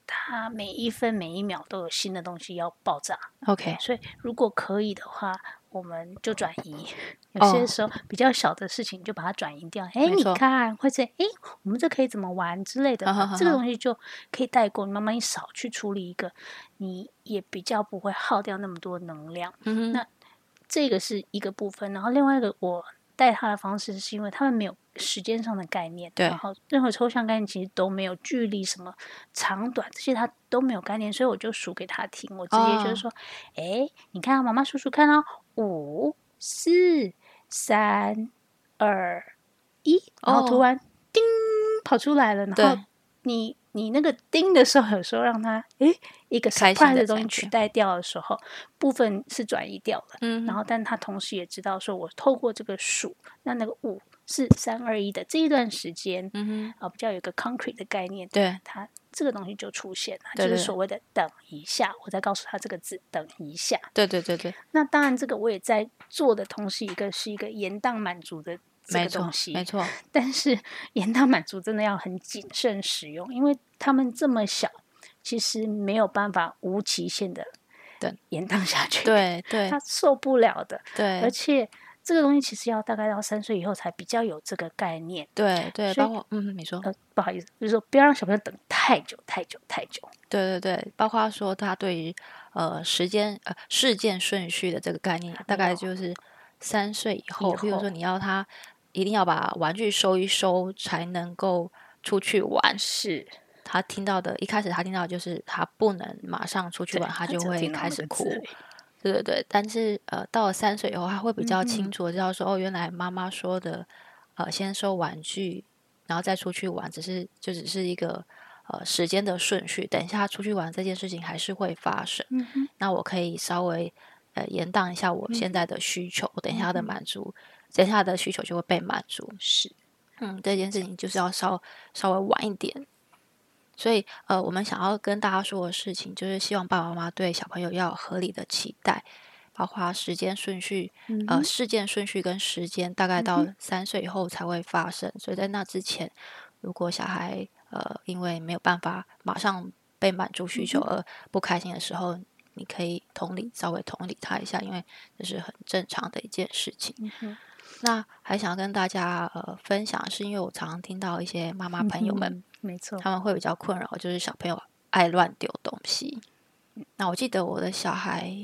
Speaker 2: 他每一分每一秒都有新的东西要爆炸，
Speaker 1: OK，
Speaker 2: 所以如果可以的话。我们就转移，有些
Speaker 1: 哦
Speaker 2: 时候比较小的事情就把它转移掉。哎、
Speaker 1: 没
Speaker 2: 你
Speaker 1: 错啊
Speaker 2: 看，或者哎，我们这可以怎么玩之类的，
Speaker 1: 好好好
Speaker 2: 这个
Speaker 1: 好
Speaker 2: 东西就可以带过。你慢慢一少去处理一个，你也比较不会耗掉那么多能量。
Speaker 1: 嗯
Speaker 2: 那这个是一个部分，然后另外一个我带他的方式是因为他们没有时间上的概念，
Speaker 1: 对
Speaker 2: 然后任何抽象概念其实都没有距离什么长短这些他都没有概念，所以我就数给他听，我直接就
Speaker 1: 哦
Speaker 2: 是说，哎、你看、啊、妈妈数数看啊，五四三二一，然后突
Speaker 1: 哦
Speaker 2: 然、叮跑出来了，然后
Speaker 1: 对
Speaker 2: 你你那个叮的时候，有时候让他诶一个
Speaker 1: 开心
Speaker 2: surprise
Speaker 1: 的
Speaker 2: 的东西
Speaker 1: 感
Speaker 2: 取
Speaker 1: 觉
Speaker 2: 代掉的时候，部分是转移掉了。
Speaker 1: 嗯
Speaker 2: 然
Speaker 1: 哼，
Speaker 2: 后，但他同时也知道，说我透过这个数，那那个五是三二一的这一段时间
Speaker 1: 嗯哼，
Speaker 2: 啊，比较有一个 concrete 的概念，
Speaker 1: 对，
Speaker 2: 他这个东西就出现了，
Speaker 1: 对
Speaker 2: 就是
Speaker 1: 对
Speaker 2: 所谓的等一下，我再告诉他这个字，等一下。
Speaker 1: 对对对对，
Speaker 2: 那当然，这个我也在做的同时，一个是一个延宕满足的这
Speaker 1: 没
Speaker 2: 个
Speaker 1: 错
Speaker 2: 东西，
Speaker 1: 没 错，
Speaker 2: 但是 延宕满足真的要很谨慎使用，因为他们这么小，其实没有办法无期限的
Speaker 1: 等
Speaker 2: 延宕下去，，
Speaker 1: 对对
Speaker 2: 他受不了的。而
Speaker 1: 对
Speaker 2: 且这个东西其实要大概到三岁以后才比较有这个概念。
Speaker 1: 对对，
Speaker 2: 所以
Speaker 1: 包括嗯，你说，
Speaker 2: 呃，不好意思，就是说不要让小朋友等太久、太久、太久。
Speaker 1: 对对对，包括说他对于呃时间呃事件顺序的这个概念，大概
Speaker 2: 有
Speaker 1: 就是三岁以后，比如
Speaker 2: 哦后
Speaker 1: 说你要他一定要把玩具收一收才能够出去玩。
Speaker 2: 是，
Speaker 1: 他听到的，一开始他听到的就是他不能马上出去
Speaker 2: 对
Speaker 1: 玩，他
Speaker 2: 他
Speaker 1: 就
Speaker 2: 只有
Speaker 1: 会
Speaker 2: 听到
Speaker 1: 开
Speaker 2: 那
Speaker 1: 始
Speaker 2: 个
Speaker 1: 哭
Speaker 2: 字。而已
Speaker 1: 对对对，但是呃，到了三岁以后，他会比较
Speaker 2: 嗯
Speaker 1: 清楚的知道说，哦，原来妈妈说的，呃，先收玩具，然后再出去玩，只是就只是一个呃时间的顺序。等一下出去玩这件事情还是会发生，
Speaker 2: 嗯哼，
Speaker 1: 那我可以稍微呃延宕一下我现在的需求，等一下的
Speaker 2: 嗯嗯哼
Speaker 1: 满足，等一下的需求就会被满足。
Speaker 2: 是，
Speaker 1: 嗯，这件事情就是要稍稍微晚一点。所以，呃，我们想要跟大家说的事情，就是希望爸爸妈妈对小朋友要有合理的期待，包括时间顺序，
Speaker 2: 嗯
Speaker 1: 呃，
Speaker 2: 哼
Speaker 1: 事件顺序跟时间，大概
Speaker 2: 嗯
Speaker 1: 到三岁以后才会发生。所以在那之前，如果小孩呃因为没有办法马上被满足
Speaker 2: 嗯
Speaker 1: 需求而不开心的时候，你可以同理稍微同理他一下，因为这是很正常的一件事情。
Speaker 2: 嗯哼，
Speaker 1: 那还想跟大家呃分享，是因为我常常听到一些妈妈朋友们，
Speaker 2: 嗯哼，没错，
Speaker 1: 他们会比较困扰，就是小朋友爱乱丢东西。那我记得我的小孩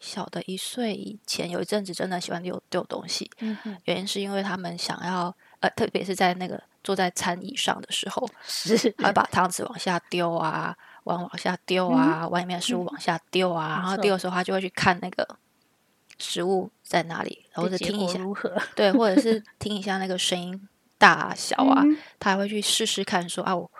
Speaker 1: 小的一岁以前，有一阵子真的喜欢丢丢东西，
Speaker 2: 嗯哼，
Speaker 1: 原因是因为他们想要呃，特别是在那个坐在餐椅上的时候，
Speaker 2: 是，
Speaker 1: 他会把汤匙往下丢啊，碗往下丢啊，碗里面的食物往下丢啊，然
Speaker 2: 嗯没
Speaker 1: 后
Speaker 2: 错
Speaker 1: 丢的时候他就会去看那个食物在哪里，然后再
Speaker 2: 这结
Speaker 1: 听一
Speaker 2: 果
Speaker 1: 下。
Speaker 2: 如何
Speaker 1: 对，或者是听一下那个声音大小啊，
Speaker 2: 嗯哼
Speaker 1: 他还会去试试看说，啊，我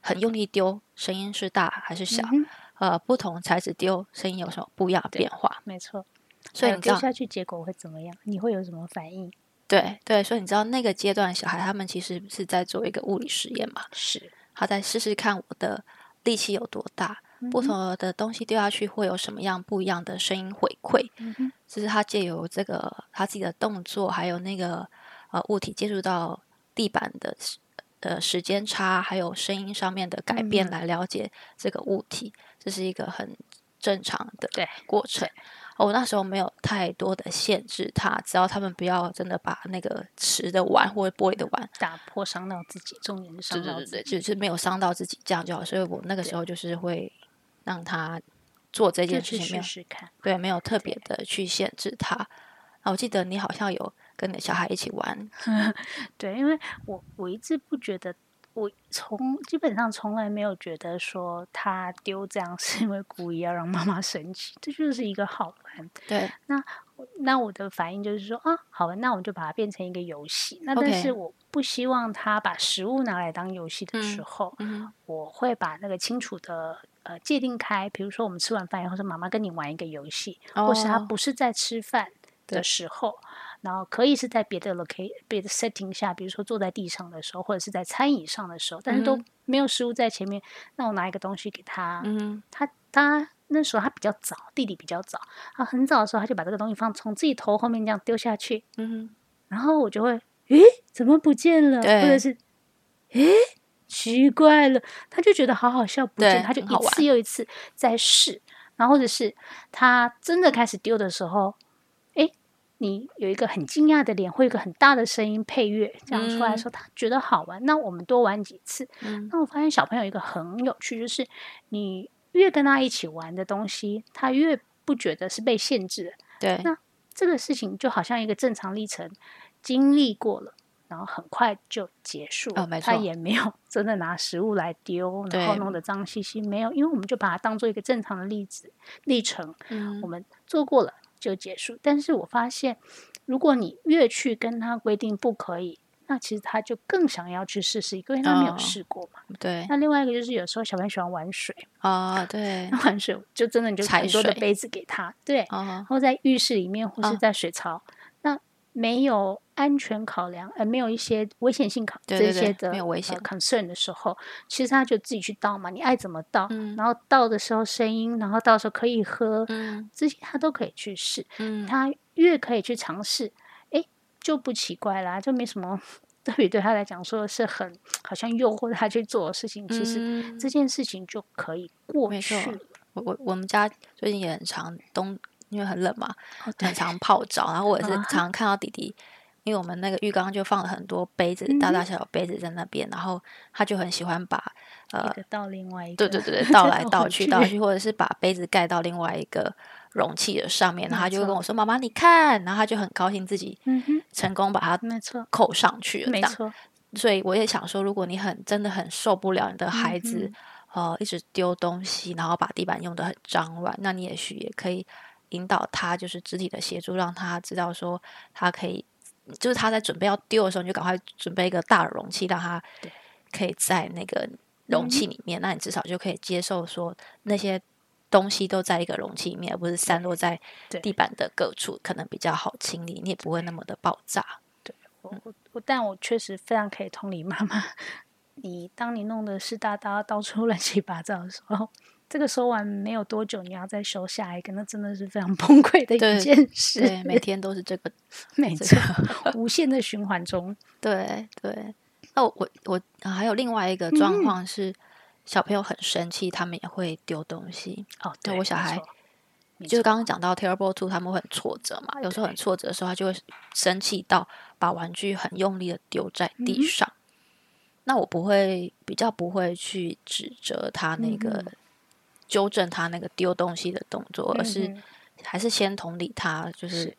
Speaker 1: 很用力丢，声音是大还是小？
Speaker 2: 嗯哼
Speaker 1: 呃，不同材质丢声音有什么不一样的
Speaker 2: 对
Speaker 1: 变化？
Speaker 2: 没错，
Speaker 1: 所以
Speaker 2: 还有
Speaker 1: 你知道
Speaker 2: 丢，下去结果会怎么样？你会有什么反应？
Speaker 1: 对对，所以你知道那个阶段的小孩他们其实是在做一个物理实验嘛，
Speaker 2: 是，
Speaker 1: 他在试试看我的力气有多大，不
Speaker 2: 嗯哼，
Speaker 1: 同的东西丢下去会有什么样不一样的声音回馈。
Speaker 2: 嗯哼
Speaker 1: 就是他借由这个他自己的动作，还有那个呃物体接触到地板的时呃时间差，还有声音上面的改变
Speaker 2: 嗯
Speaker 1: 来了解这个物体，这是一个很正常的
Speaker 2: 对
Speaker 1: 过程。哦我、那时候没有太多的限制他，只要他们不要真的把那个瓷的碗或者玻璃的碗，
Speaker 2: 打破伤到自己，重点
Speaker 1: 对
Speaker 2: 是伤
Speaker 1: 对
Speaker 2: 到
Speaker 1: 对
Speaker 2: 自
Speaker 1: 对，
Speaker 2: 己。
Speaker 1: 就是没有伤到自己，这样就好。所以我那个时
Speaker 2: 对
Speaker 1: 候就是会让他做这
Speaker 2: 就
Speaker 1: 件事
Speaker 2: 去
Speaker 1: 情，没有
Speaker 2: 试试看，
Speaker 1: 对，没有特别的去限制他。啊，我记得你好像有跟你的小孩一起玩，
Speaker 2: 对，因为我我一直不觉得，我从基本上从来没有觉得说 他丢这样是因为故意要让妈妈生气，这就是一个好玩。
Speaker 1: 对，
Speaker 2: 那我的反应就是说啊，好吧，那我就把它变成一个游戏。那但是
Speaker 1: OK
Speaker 2: 我不希望他把食物拿来当游戏的时
Speaker 1: 嗯
Speaker 2: 候，
Speaker 1: 嗯
Speaker 2: 我会把那个清楚的呃界定开。比如说我们吃完饭以后，说妈妈跟你玩一个游戏，
Speaker 1: 哼，
Speaker 2: 或是他
Speaker 1: 哦
Speaker 2: 不是在吃饭的
Speaker 1: 对
Speaker 2: 时候，然后可以是在别的 location、别的 setting 下，比如说坐在地上的时候，或者是在餐椅上的时候，但是都
Speaker 1: 嗯
Speaker 2: 没有食物在前面，那我拿一个东西给他，
Speaker 1: 嗯
Speaker 2: 他他那时候他比较早，弟弟比较早，他很早的时候他就把这个东西放从自己头后面这样丢下去，
Speaker 1: 哼嗯
Speaker 2: 然后我就会，诶，怎么不见了？或者
Speaker 1: 对
Speaker 2: 是，诶，奇怪了，他就觉得好好笑，不见，
Speaker 1: 对
Speaker 2: 他就
Speaker 1: 很好
Speaker 2: 一
Speaker 1: 玩
Speaker 2: 次又一次在试，然后或者是他真的开始丢的时候，诶，你有一个很惊讶的脸，会有一个很大的声音配乐这样出来
Speaker 1: 嗯
Speaker 2: 说，他觉得好玩，那我们多玩几次，
Speaker 1: 哼嗯
Speaker 2: 那我发现小朋友一个很有趣，就是你越跟他一起玩的东西，他越不觉得是被限制的。
Speaker 1: 对
Speaker 2: 那这个事情就好像一个正常历程，经历过了，然后很快就结束了。
Speaker 1: 哦没
Speaker 2: 他
Speaker 1: 错
Speaker 2: 也没有 真的拿食物来丢，然后
Speaker 1: 对
Speaker 2: 弄得脏兮兮，没有，因为我们就把它当做一个正常的例子历程，
Speaker 1: 嗯
Speaker 2: 我们做过了就结束。但是我发现，如果你越去跟他规定不可以。那其实他就更想要去试试，因为他没有
Speaker 1: 哦
Speaker 2: 试过嘛。
Speaker 1: 对
Speaker 2: 那另外一个就是有时候小朋友喜欢玩水，
Speaker 1: 啊对
Speaker 2: 那玩水就真的你就
Speaker 1: 踩
Speaker 2: 很多的
Speaker 1: 水
Speaker 2: 杯子给他，对，
Speaker 1: 啊
Speaker 2: 然后在浴室里面或是
Speaker 1: 啊
Speaker 2: 在水槽，那没有安全考量，呃，没有一些危险性考
Speaker 1: 对
Speaker 2: 这
Speaker 1: 对对
Speaker 2: 些的
Speaker 1: 没有危
Speaker 2: 呃
Speaker 1: 险
Speaker 2: concern 的时候，其实他就自己去倒嘛，你爱怎么倒，
Speaker 1: 嗯
Speaker 2: 然后倒的时候声音，然后到时候可以喝，
Speaker 1: 嗯
Speaker 2: 这些他都可以去试，
Speaker 1: 嗯
Speaker 2: 他越可以去尝试，诶，就不奇怪啦，就没什么特别对他来讲说是很好像诱惑他去做的事情，其实。
Speaker 1: 嗯
Speaker 2: 这件事情就可以过
Speaker 1: 没
Speaker 2: 去
Speaker 1: 错哦
Speaker 2: 了。
Speaker 1: 我我我们家最近也很常冬，因为很冷嘛，
Speaker 2: 哦，
Speaker 1: 很
Speaker 2: 对，
Speaker 1: 常泡澡。然后我也是
Speaker 2: 啊
Speaker 1: 常常看到弟弟，因为我们那个浴缸就放了很多杯子，大大小小杯子在那边，然后他就很喜欢把
Speaker 2: 一
Speaker 1: 呃，
Speaker 2: 个到另外一
Speaker 1: 对
Speaker 2: 个，
Speaker 1: 对 对对，倒来
Speaker 2: 倒
Speaker 1: 倒
Speaker 2: 回
Speaker 1: 去
Speaker 2: 去
Speaker 1: 倒来去，或者是把杯子盖到另外一个容器的上面，然后他
Speaker 2: 没
Speaker 1: 就会跟
Speaker 2: 错
Speaker 1: 我说：“妈妈，你看。”然后他就很高兴自己
Speaker 2: 嗯哼，
Speaker 1: 成功把它
Speaker 2: 没错，
Speaker 1: 扣上去了。
Speaker 2: 没
Speaker 1: 这样
Speaker 2: 错，
Speaker 1: 所以我也想说，如果你很真的很受不了你的孩子
Speaker 2: 嗯，
Speaker 1: 呃，一直丢东西，然后把地板用得很脏乱，那你也许也可以引导他，就是肢体的协助，让他知道说他可以，就是他在准备要丢的时候，你就赶快准备一个大的容器，让他
Speaker 2: 对嗯
Speaker 1: 可以在那个容器里面，那你至少就可以接受说那些。东西都在一个容器里面，而不是散落在
Speaker 2: 对
Speaker 1: 地板的各处，可能比较好清理，你也不会那么的爆炸。嗯
Speaker 2: 我我我，但我确实非常可以同理妈妈。你当你弄的湿哒哒到处乱七八糟的时候，这个收完没有多久，你要再修下一个，那真的是非常崩溃的一
Speaker 1: 对
Speaker 2: 件事。
Speaker 1: 对，每天都是这个
Speaker 2: 没
Speaker 1: 这
Speaker 2: 错，无限的循环中。
Speaker 1: 对对，那我我我、啊还有另外一个状
Speaker 2: 嗯
Speaker 1: 况是，小朋友很生气，他们也会丢东西。
Speaker 2: 哦，
Speaker 1: 对
Speaker 2: 对
Speaker 1: 我小孩，
Speaker 2: 没
Speaker 1: 就是
Speaker 2: 错
Speaker 1: 刚刚讲到 terrible two，他们会很挫折嘛，有时候很挫折的时候，他就会生气到把玩具很用力的丢在
Speaker 2: 嗯哼
Speaker 1: 地上。那我不会比较不会去指责他那个、
Speaker 2: 嗯
Speaker 1: 纠正他那个丢东西的动作，而是
Speaker 2: 嗯哼
Speaker 1: 还是先同理他，就是
Speaker 2: 是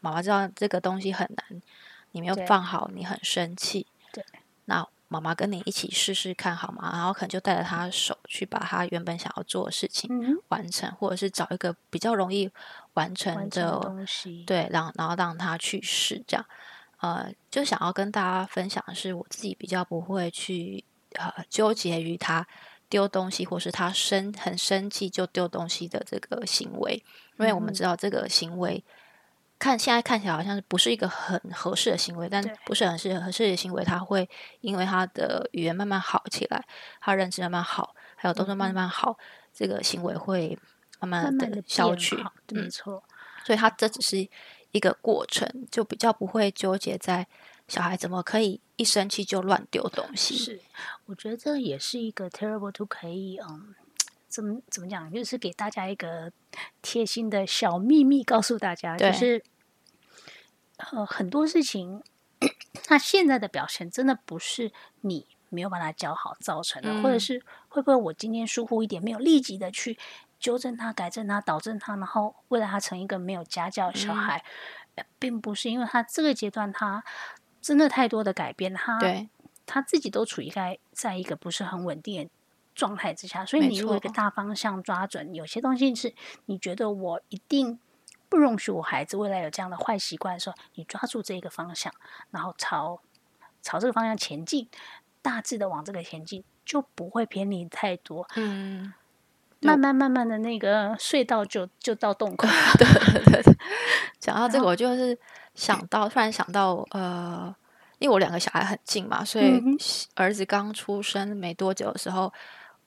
Speaker 1: 妈妈知道这个东西很难，你没有
Speaker 2: 对
Speaker 1: 放好，你很生气。
Speaker 2: 对，
Speaker 1: 那妈妈跟你一起试试看好吗？然后可能就带着他的手去把他原本想要做的事情
Speaker 2: 嗯哼，
Speaker 1: 完成，或者是找一个比较容易完成
Speaker 2: 完成的
Speaker 1: 的，
Speaker 2: 东西，
Speaker 1: 对，让然后让他去试这样。呃，就想要跟大家分享的是，我自己比较不会去呃纠结于他丢东西，或是他生很生气就丢东西的这个行为，因为我
Speaker 2: 嗯
Speaker 1: 们
Speaker 2: 哼
Speaker 1: 知道这个行为看现在看起来好像是不是一个很合适的行为，但
Speaker 2: 对
Speaker 1: 不是很适合合适的行为，他会因为他的语言慢慢好起来，他认知慢慢好，还有动作慢慢好，这个行为会慢
Speaker 2: 嗯慢
Speaker 1: 慢
Speaker 2: 慢
Speaker 1: 的
Speaker 2: 的
Speaker 1: 消去。
Speaker 2: 没
Speaker 1: 嗯
Speaker 2: 错，
Speaker 1: 所以他这只是一个过程，就比较不会纠结在小孩怎么可以一生气就乱丢东西。
Speaker 2: 是，我觉得这也是一个 terrible two 可以嗯，怎么怎么讲，就是给大家一个贴心的小秘密，告诉大家，就
Speaker 1: 对
Speaker 2: 是呃很多事情，他现在的表现真的不是你。没有把它教好造成的，或者
Speaker 1: 嗯
Speaker 2: 是会不会我今天疏忽一点，没有立即的去纠正他、改正他、导正他，然后为了他成一个没有家教的小
Speaker 1: 嗯
Speaker 2: 孩，呃并不是因为他这个阶段他真的太多的改变，他
Speaker 1: 对
Speaker 2: 他自己都处于在在一个不是很稳定的状态之下，所以
Speaker 1: 没
Speaker 2: 你如果有一
Speaker 1: 错
Speaker 2: 个大方向抓准，有些东西是你觉得我一定不容许我孩子未来有这样的坏习惯的时候，你抓住这个方向，然后朝朝这个方向前进，大致的往这个前进，就不会偏离太多。
Speaker 1: 嗯，
Speaker 2: 慢慢慢慢的那个隧道就就到 洞口了，
Speaker 1: 对对对对，讲到这个，
Speaker 2: 然后嗯
Speaker 1: 我就是想到，突然想到，呃，因为我两个小孩很近嘛，所以
Speaker 2: 嗯哼
Speaker 1: 西儿子刚出生没多久的时候，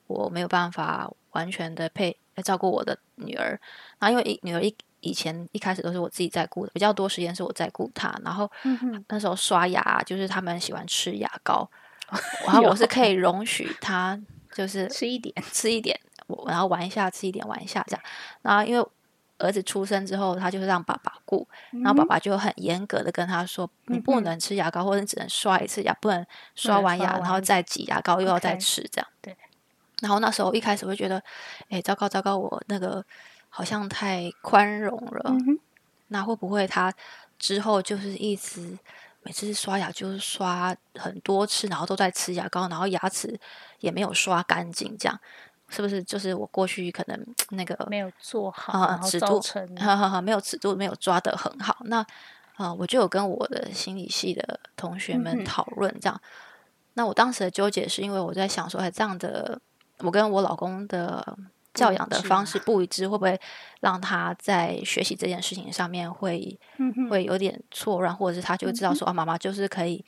Speaker 1: 我没有办法完全的配呃照顾我的女儿，然后因为一女儿一以前一开始都是我自己在顾的，比较多时间是我在顾她，然后
Speaker 2: 嗯哼，
Speaker 1: 那时候刷牙，啊就是他们喜欢吃牙膏，
Speaker 2: 哦
Speaker 1: 然后我是可以容许她 就是
Speaker 2: 吃一点，
Speaker 1: 吃一点，我然后玩一下，吃一点玩一下这样。然后因为儿子出生之后，他就是让爸爸顾，然后爸爸就很严格的跟他说，你不
Speaker 2: 嗯嗯嗯
Speaker 1: 能吃牙膏，或者你只能刷一次牙，不能刷
Speaker 2: 能
Speaker 1: 完
Speaker 2: 刷
Speaker 1: 牙然
Speaker 2: 完
Speaker 1: 后再挤牙膏又要再
Speaker 2: OK
Speaker 1: 吃这样。
Speaker 2: 对。
Speaker 1: 然后那时候一开始会觉得，哎，糟糕糟糕，我那个好像太宽容了，
Speaker 2: 嗯哼，
Speaker 1: 那会不会他之后就是一直每次刷牙就是刷很多次，然后都在吃牙膏，然后牙齿也没有刷干净，这样是不是就是我过去可能那个
Speaker 2: 没有做好，
Speaker 1: 啊
Speaker 2: 然后
Speaker 1: 尺
Speaker 2: 造
Speaker 1: 度
Speaker 2: 成
Speaker 1: 哈哈哈，没有尺度，没有抓得很好。那啊、呃我就有跟我的心理系的同学
Speaker 2: 嗯
Speaker 1: 们
Speaker 2: 哼
Speaker 1: 讨论这样。那我当时的纠结是因为我在想说，哎，这样的我跟我老公的教
Speaker 2: 一
Speaker 1: 养的
Speaker 2: 致
Speaker 1: 方式不一致，会不会让他在学习这件事情上面会、
Speaker 2: 嗯哼
Speaker 1: 会有点错乱，或者是他就会知道说、啊，妈妈就是可以，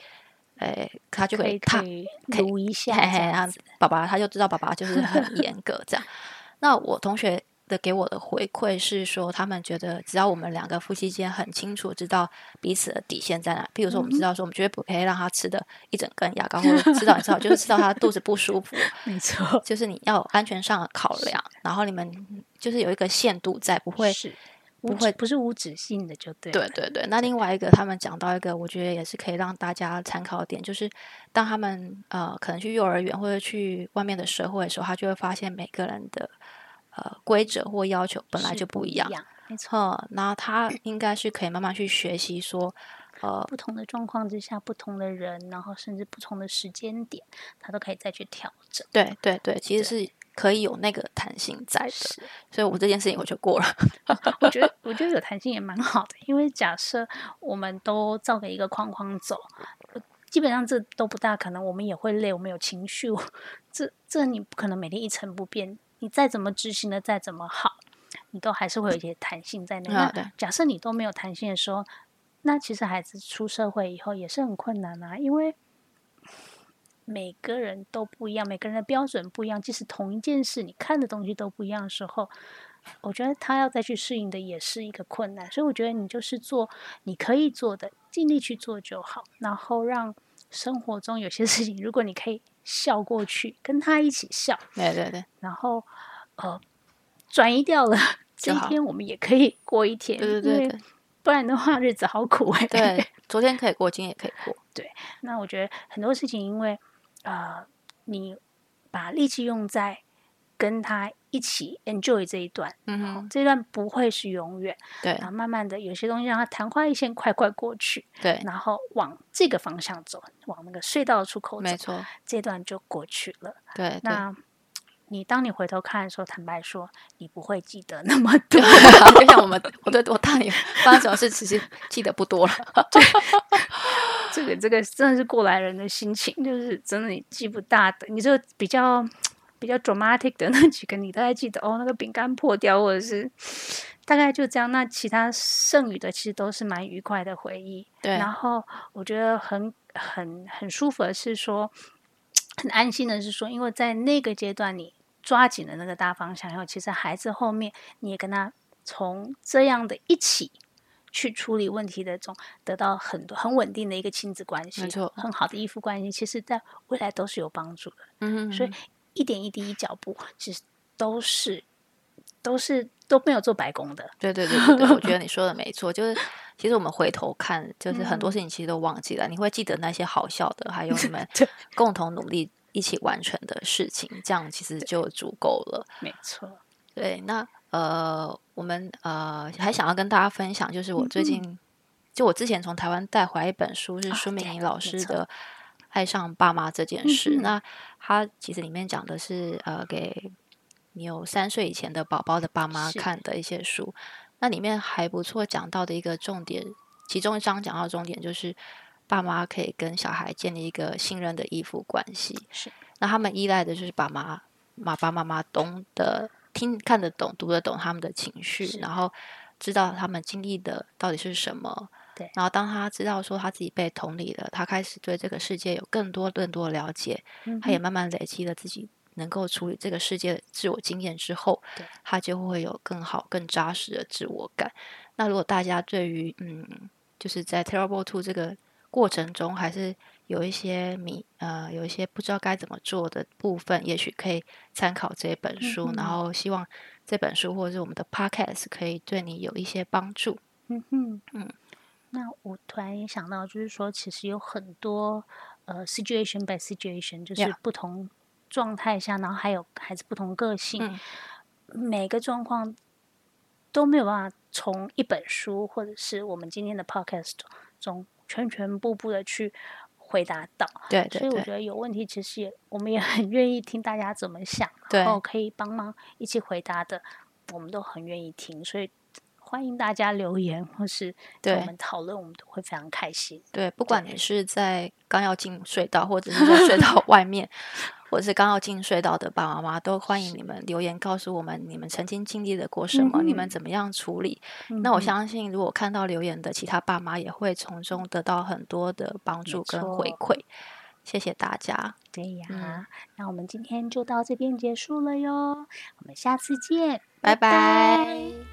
Speaker 1: 哎，他就
Speaker 2: 可以
Speaker 1: 踏
Speaker 2: 可以
Speaker 1: 可以
Speaker 2: 撸一下
Speaker 1: 嘿嘿，
Speaker 2: 这样
Speaker 1: 然后
Speaker 2: 子，
Speaker 1: 爸爸他就知道爸爸就是很严格这样。那我同学的给我的回馈是说，他们觉得只要我们两个夫妻间很清楚知道彼此的底线在哪，譬如
Speaker 2: 嗯
Speaker 1: 说我们知道说我们绝对不可以让他吃的一整根牙膏，或者知道你知道就是知道他肚子不舒服，
Speaker 2: 没错，
Speaker 1: 就是你要有安全上的考量，然后你们就是有一个限度在，不会
Speaker 2: 是
Speaker 1: 不
Speaker 2: 无止
Speaker 1: 会
Speaker 2: 不是无止境的就对
Speaker 1: 对
Speaker 2: 了，
Speaker 1: 对对，那另外一个，他们讲到一个，我觉得也是可以让大家参考的点，就是当他们呃可能去幼儿园或者去外面的社会的时候，他就会发现每个人的呃规则或要求本来
Speaker 2: 是
Speaker 1: 就
Speaker 2: 不
Speaker 1: 不一样。
Speaker 2: 样，没错，
Speaker 1: 嗯，那他应该是可以慢慢去学习说，呃，
Speaker 2: 不同的状况之下，不同的人，然后甚至不同的时间点，他都可以再去调整。
Speaker 1: 对对对，其实是可以有那个弹性在的。
Speaker 2: 是，
Speaker 1: 所以我这件事情我就过了。
Speaker 2: 我觉得我觉得有弹性也蛮好的，因为假设我们都照给一个框框走，呃基本上这都不大可能，我们也会累，我们有情绪，这这你不可能每天一成不变，你再怎么执行的再怎么好，你都还是会有一些弹性在那。
Speaker 1: 啊对
Speaker 2: 那假设你都没有弹性的时候，那其实孩子出社会以后也是很困难啊，因为。每个人都不一样，每个人的标准不一样。即使同一件事，你看的东西都不一样的时候，我觉得他要再去适应的也是一个困难，所以我觉得你就是做你可以做的，尽力去做就好，然后让生活中有些事情，如果你可以笑过去，跟他一起笑，
Speaker 1: 对对对，
Speaker 2: 然后呃转移掉了，
Speaker 1: 就
Speaker 2: 这一
Speaker 1: 好
Speaker 2: 天我们也可以 过一天，
Speaker 1: 对对对
Speaker 2: 因为
Speaker 1: 对
Speaker 2: 不然的话日子好苦哎、
Speaker 1: 对，昨天可以过，今天也可以过。
Speaker 2: 那我觉得很多事情，因为呃，你把力气用在跟他一起 enjoy 这一段，
Speaker 1: 嗯
Speaker 2: 好
Speaker 1: 哼，
Speaker 2: 这段不会是永远。
Speaker 1: 对
Speaker 2: 然后慢慢的有些东西让它昙花一现，快快过去，
Speaker 1: 对，
Speaker 2: 然后往这个方向走，往那个隧道的出口走
Speaker 1: 没，错，
Speaker 2: 这段就过去了。
Speaker 1: 对对。，
Speaker 2: 那你当你回头看的时候，坦白说，你不会记得那么多
Speaker 1: 就像我们，我对我大女儿发生什么事，其实记得不多了。
Speaker 2: 这个这个真的是过来人的心情，就是真的你记不大的，你就比较比较 dramatic 的那几个，你大概记得哦，那个饼干破掉或者是 大概就这样。那其他剩余的其实都是蛮愉快的回忆。
Speaker 1: 对
Speaker 2: 然后我觉得很很很舒服的是说，很安心的是说，因为在那个阶段你抓紧了那个大方向以后，其实孩子后面你也跟他从这样的一起去处理问题的中，得到很多很稳定的一个亲子关系，
Speaker 1: 没错
Speaker 2: 很好的依附关系，其实在未来都是有帮助的。
Speaker 1: 嗯，
Speaker 2: 所以一点一滴一脚步，其实都是都是都没有做白工的。
Speaker 1: 对对对对对，我觉 得你说的没错，就是其实我们回头看，就是很
Speaker 2: 嗯
Speaker 1: 多事情其实都忘记了，你会记得那些好笑的，还有你们
Speaker 2: 对
Speaker 1: 共同努力一起完成的事情，这样其实就足够了。
Speaker 2: 没错，
Speaker 1: 对，那呃，我们呃还想要跟大家分享，就是
Speaker 2: 嗯
Speaker 1: 我最近、就我之前从台湾带回来一本书，是
Speaker 2: 啊
Speaker 1: 舒
Speaker 2: 对
Speaker 1: 明仪老
Speaker 2: 没
Speaker 1: 师
Speaker 2: 错
Speaker 1: 的《爱上爸妈这件事》。
Speaker 2: 嗯
Speaker 1: 那他其实里面讲的是呃，给你有三岁以前的宝宝的爸妈
Speaker 2: 是
Speaker 1: 看的一些书。那里面还不错讲到的一个重点，其中一章讲到的重点就是爸妈可以跟小孩建立一个信任的依附关系。
Speaker 2: 是，
Speaker 1: 那他们依赖的就是爸妈、爸爸妈妈懂得听、看得懂、读得懂他们的情绪
Speaker 2: 是，
Speaker 1: 然后知道他们经历的到底是什么。
Speaker 2: 对
Speaker 1: 然后当他知道说他自己被同理了，他开始对这个世界有更多、更多的了解，
Speaker 2: 嗯
Speaker 1: 他也
Speaker 2: 哼
Speaker 1: 慢慢累积了自己能够处理这个世界的自我经验之后
Speaker 2: 对，
Speaker 1: 他就会有更好、更扎实的自我感。那如果大家对于嗯，就是在 Terrible Two 这个过程中，还是有一些迷呃，有一些不知道该怎么做的部分，也许可以参考这本书，
Speaker 2: 嗯
Speaker 1: 然
Speaker 2: 哼
Speaker 1: 后希望这本书或者是我们的 Podcast 可以对你有一些帮助。
Speaker 2: 嗯哼，
Speaker 1: 嗯。
Speaker 2: 那我突然也想到，就是说，其实有很多呃，situation by situation，就是
Speaker 1: Yeah
Speaker 2: 不同状态下，然后还有孩子不同个性，
Speaker 1: 嗯
Speaker 2: 每个状况都没有办法从一本书或者是我们今天的 podcast 中中全全部部的去回答到。
Speaker 1: 对
Speaker 2: 所
Speaker 1: 对
Speaker 2: 以我
Speaker 1: 对
Speaker 2: 觉得有问题，其实也我们也很愿意听大家怎么想，
Speaker 1: 对
Speaker 2: 然后哦可以帮忙一起回答的，我们都很愿意听，所以欢迎大家留言或是跟我
Speaker 1: 对
Speaker 2: 们讨论，我们都会非常开心。
Speaker 1: 对，不管你是在刚要进隧道，或者是在隧道外面，或者是刚要进隧道的爸爸妈妈，都欢迎你们留言告诉我们你们曾经经历的过什么，你们
Speaker 2: 嗯
Speaker 1: 怎么样处理。那我
Speaker 2: 嗯
Speaker 1: 相信，如果看到留言的其他爸妈，也会从中得到很多的帮助跟
Speaker 2: 错
Speaker 1: 回馈。谢谢大家，
Speaker 2: 对呀、
Speaker 1: 嗯
Speaker 2: 那我们今天就到这边结束了哟，我们下次见，
Speaker 1: 拜拜
Speaker 2: 拜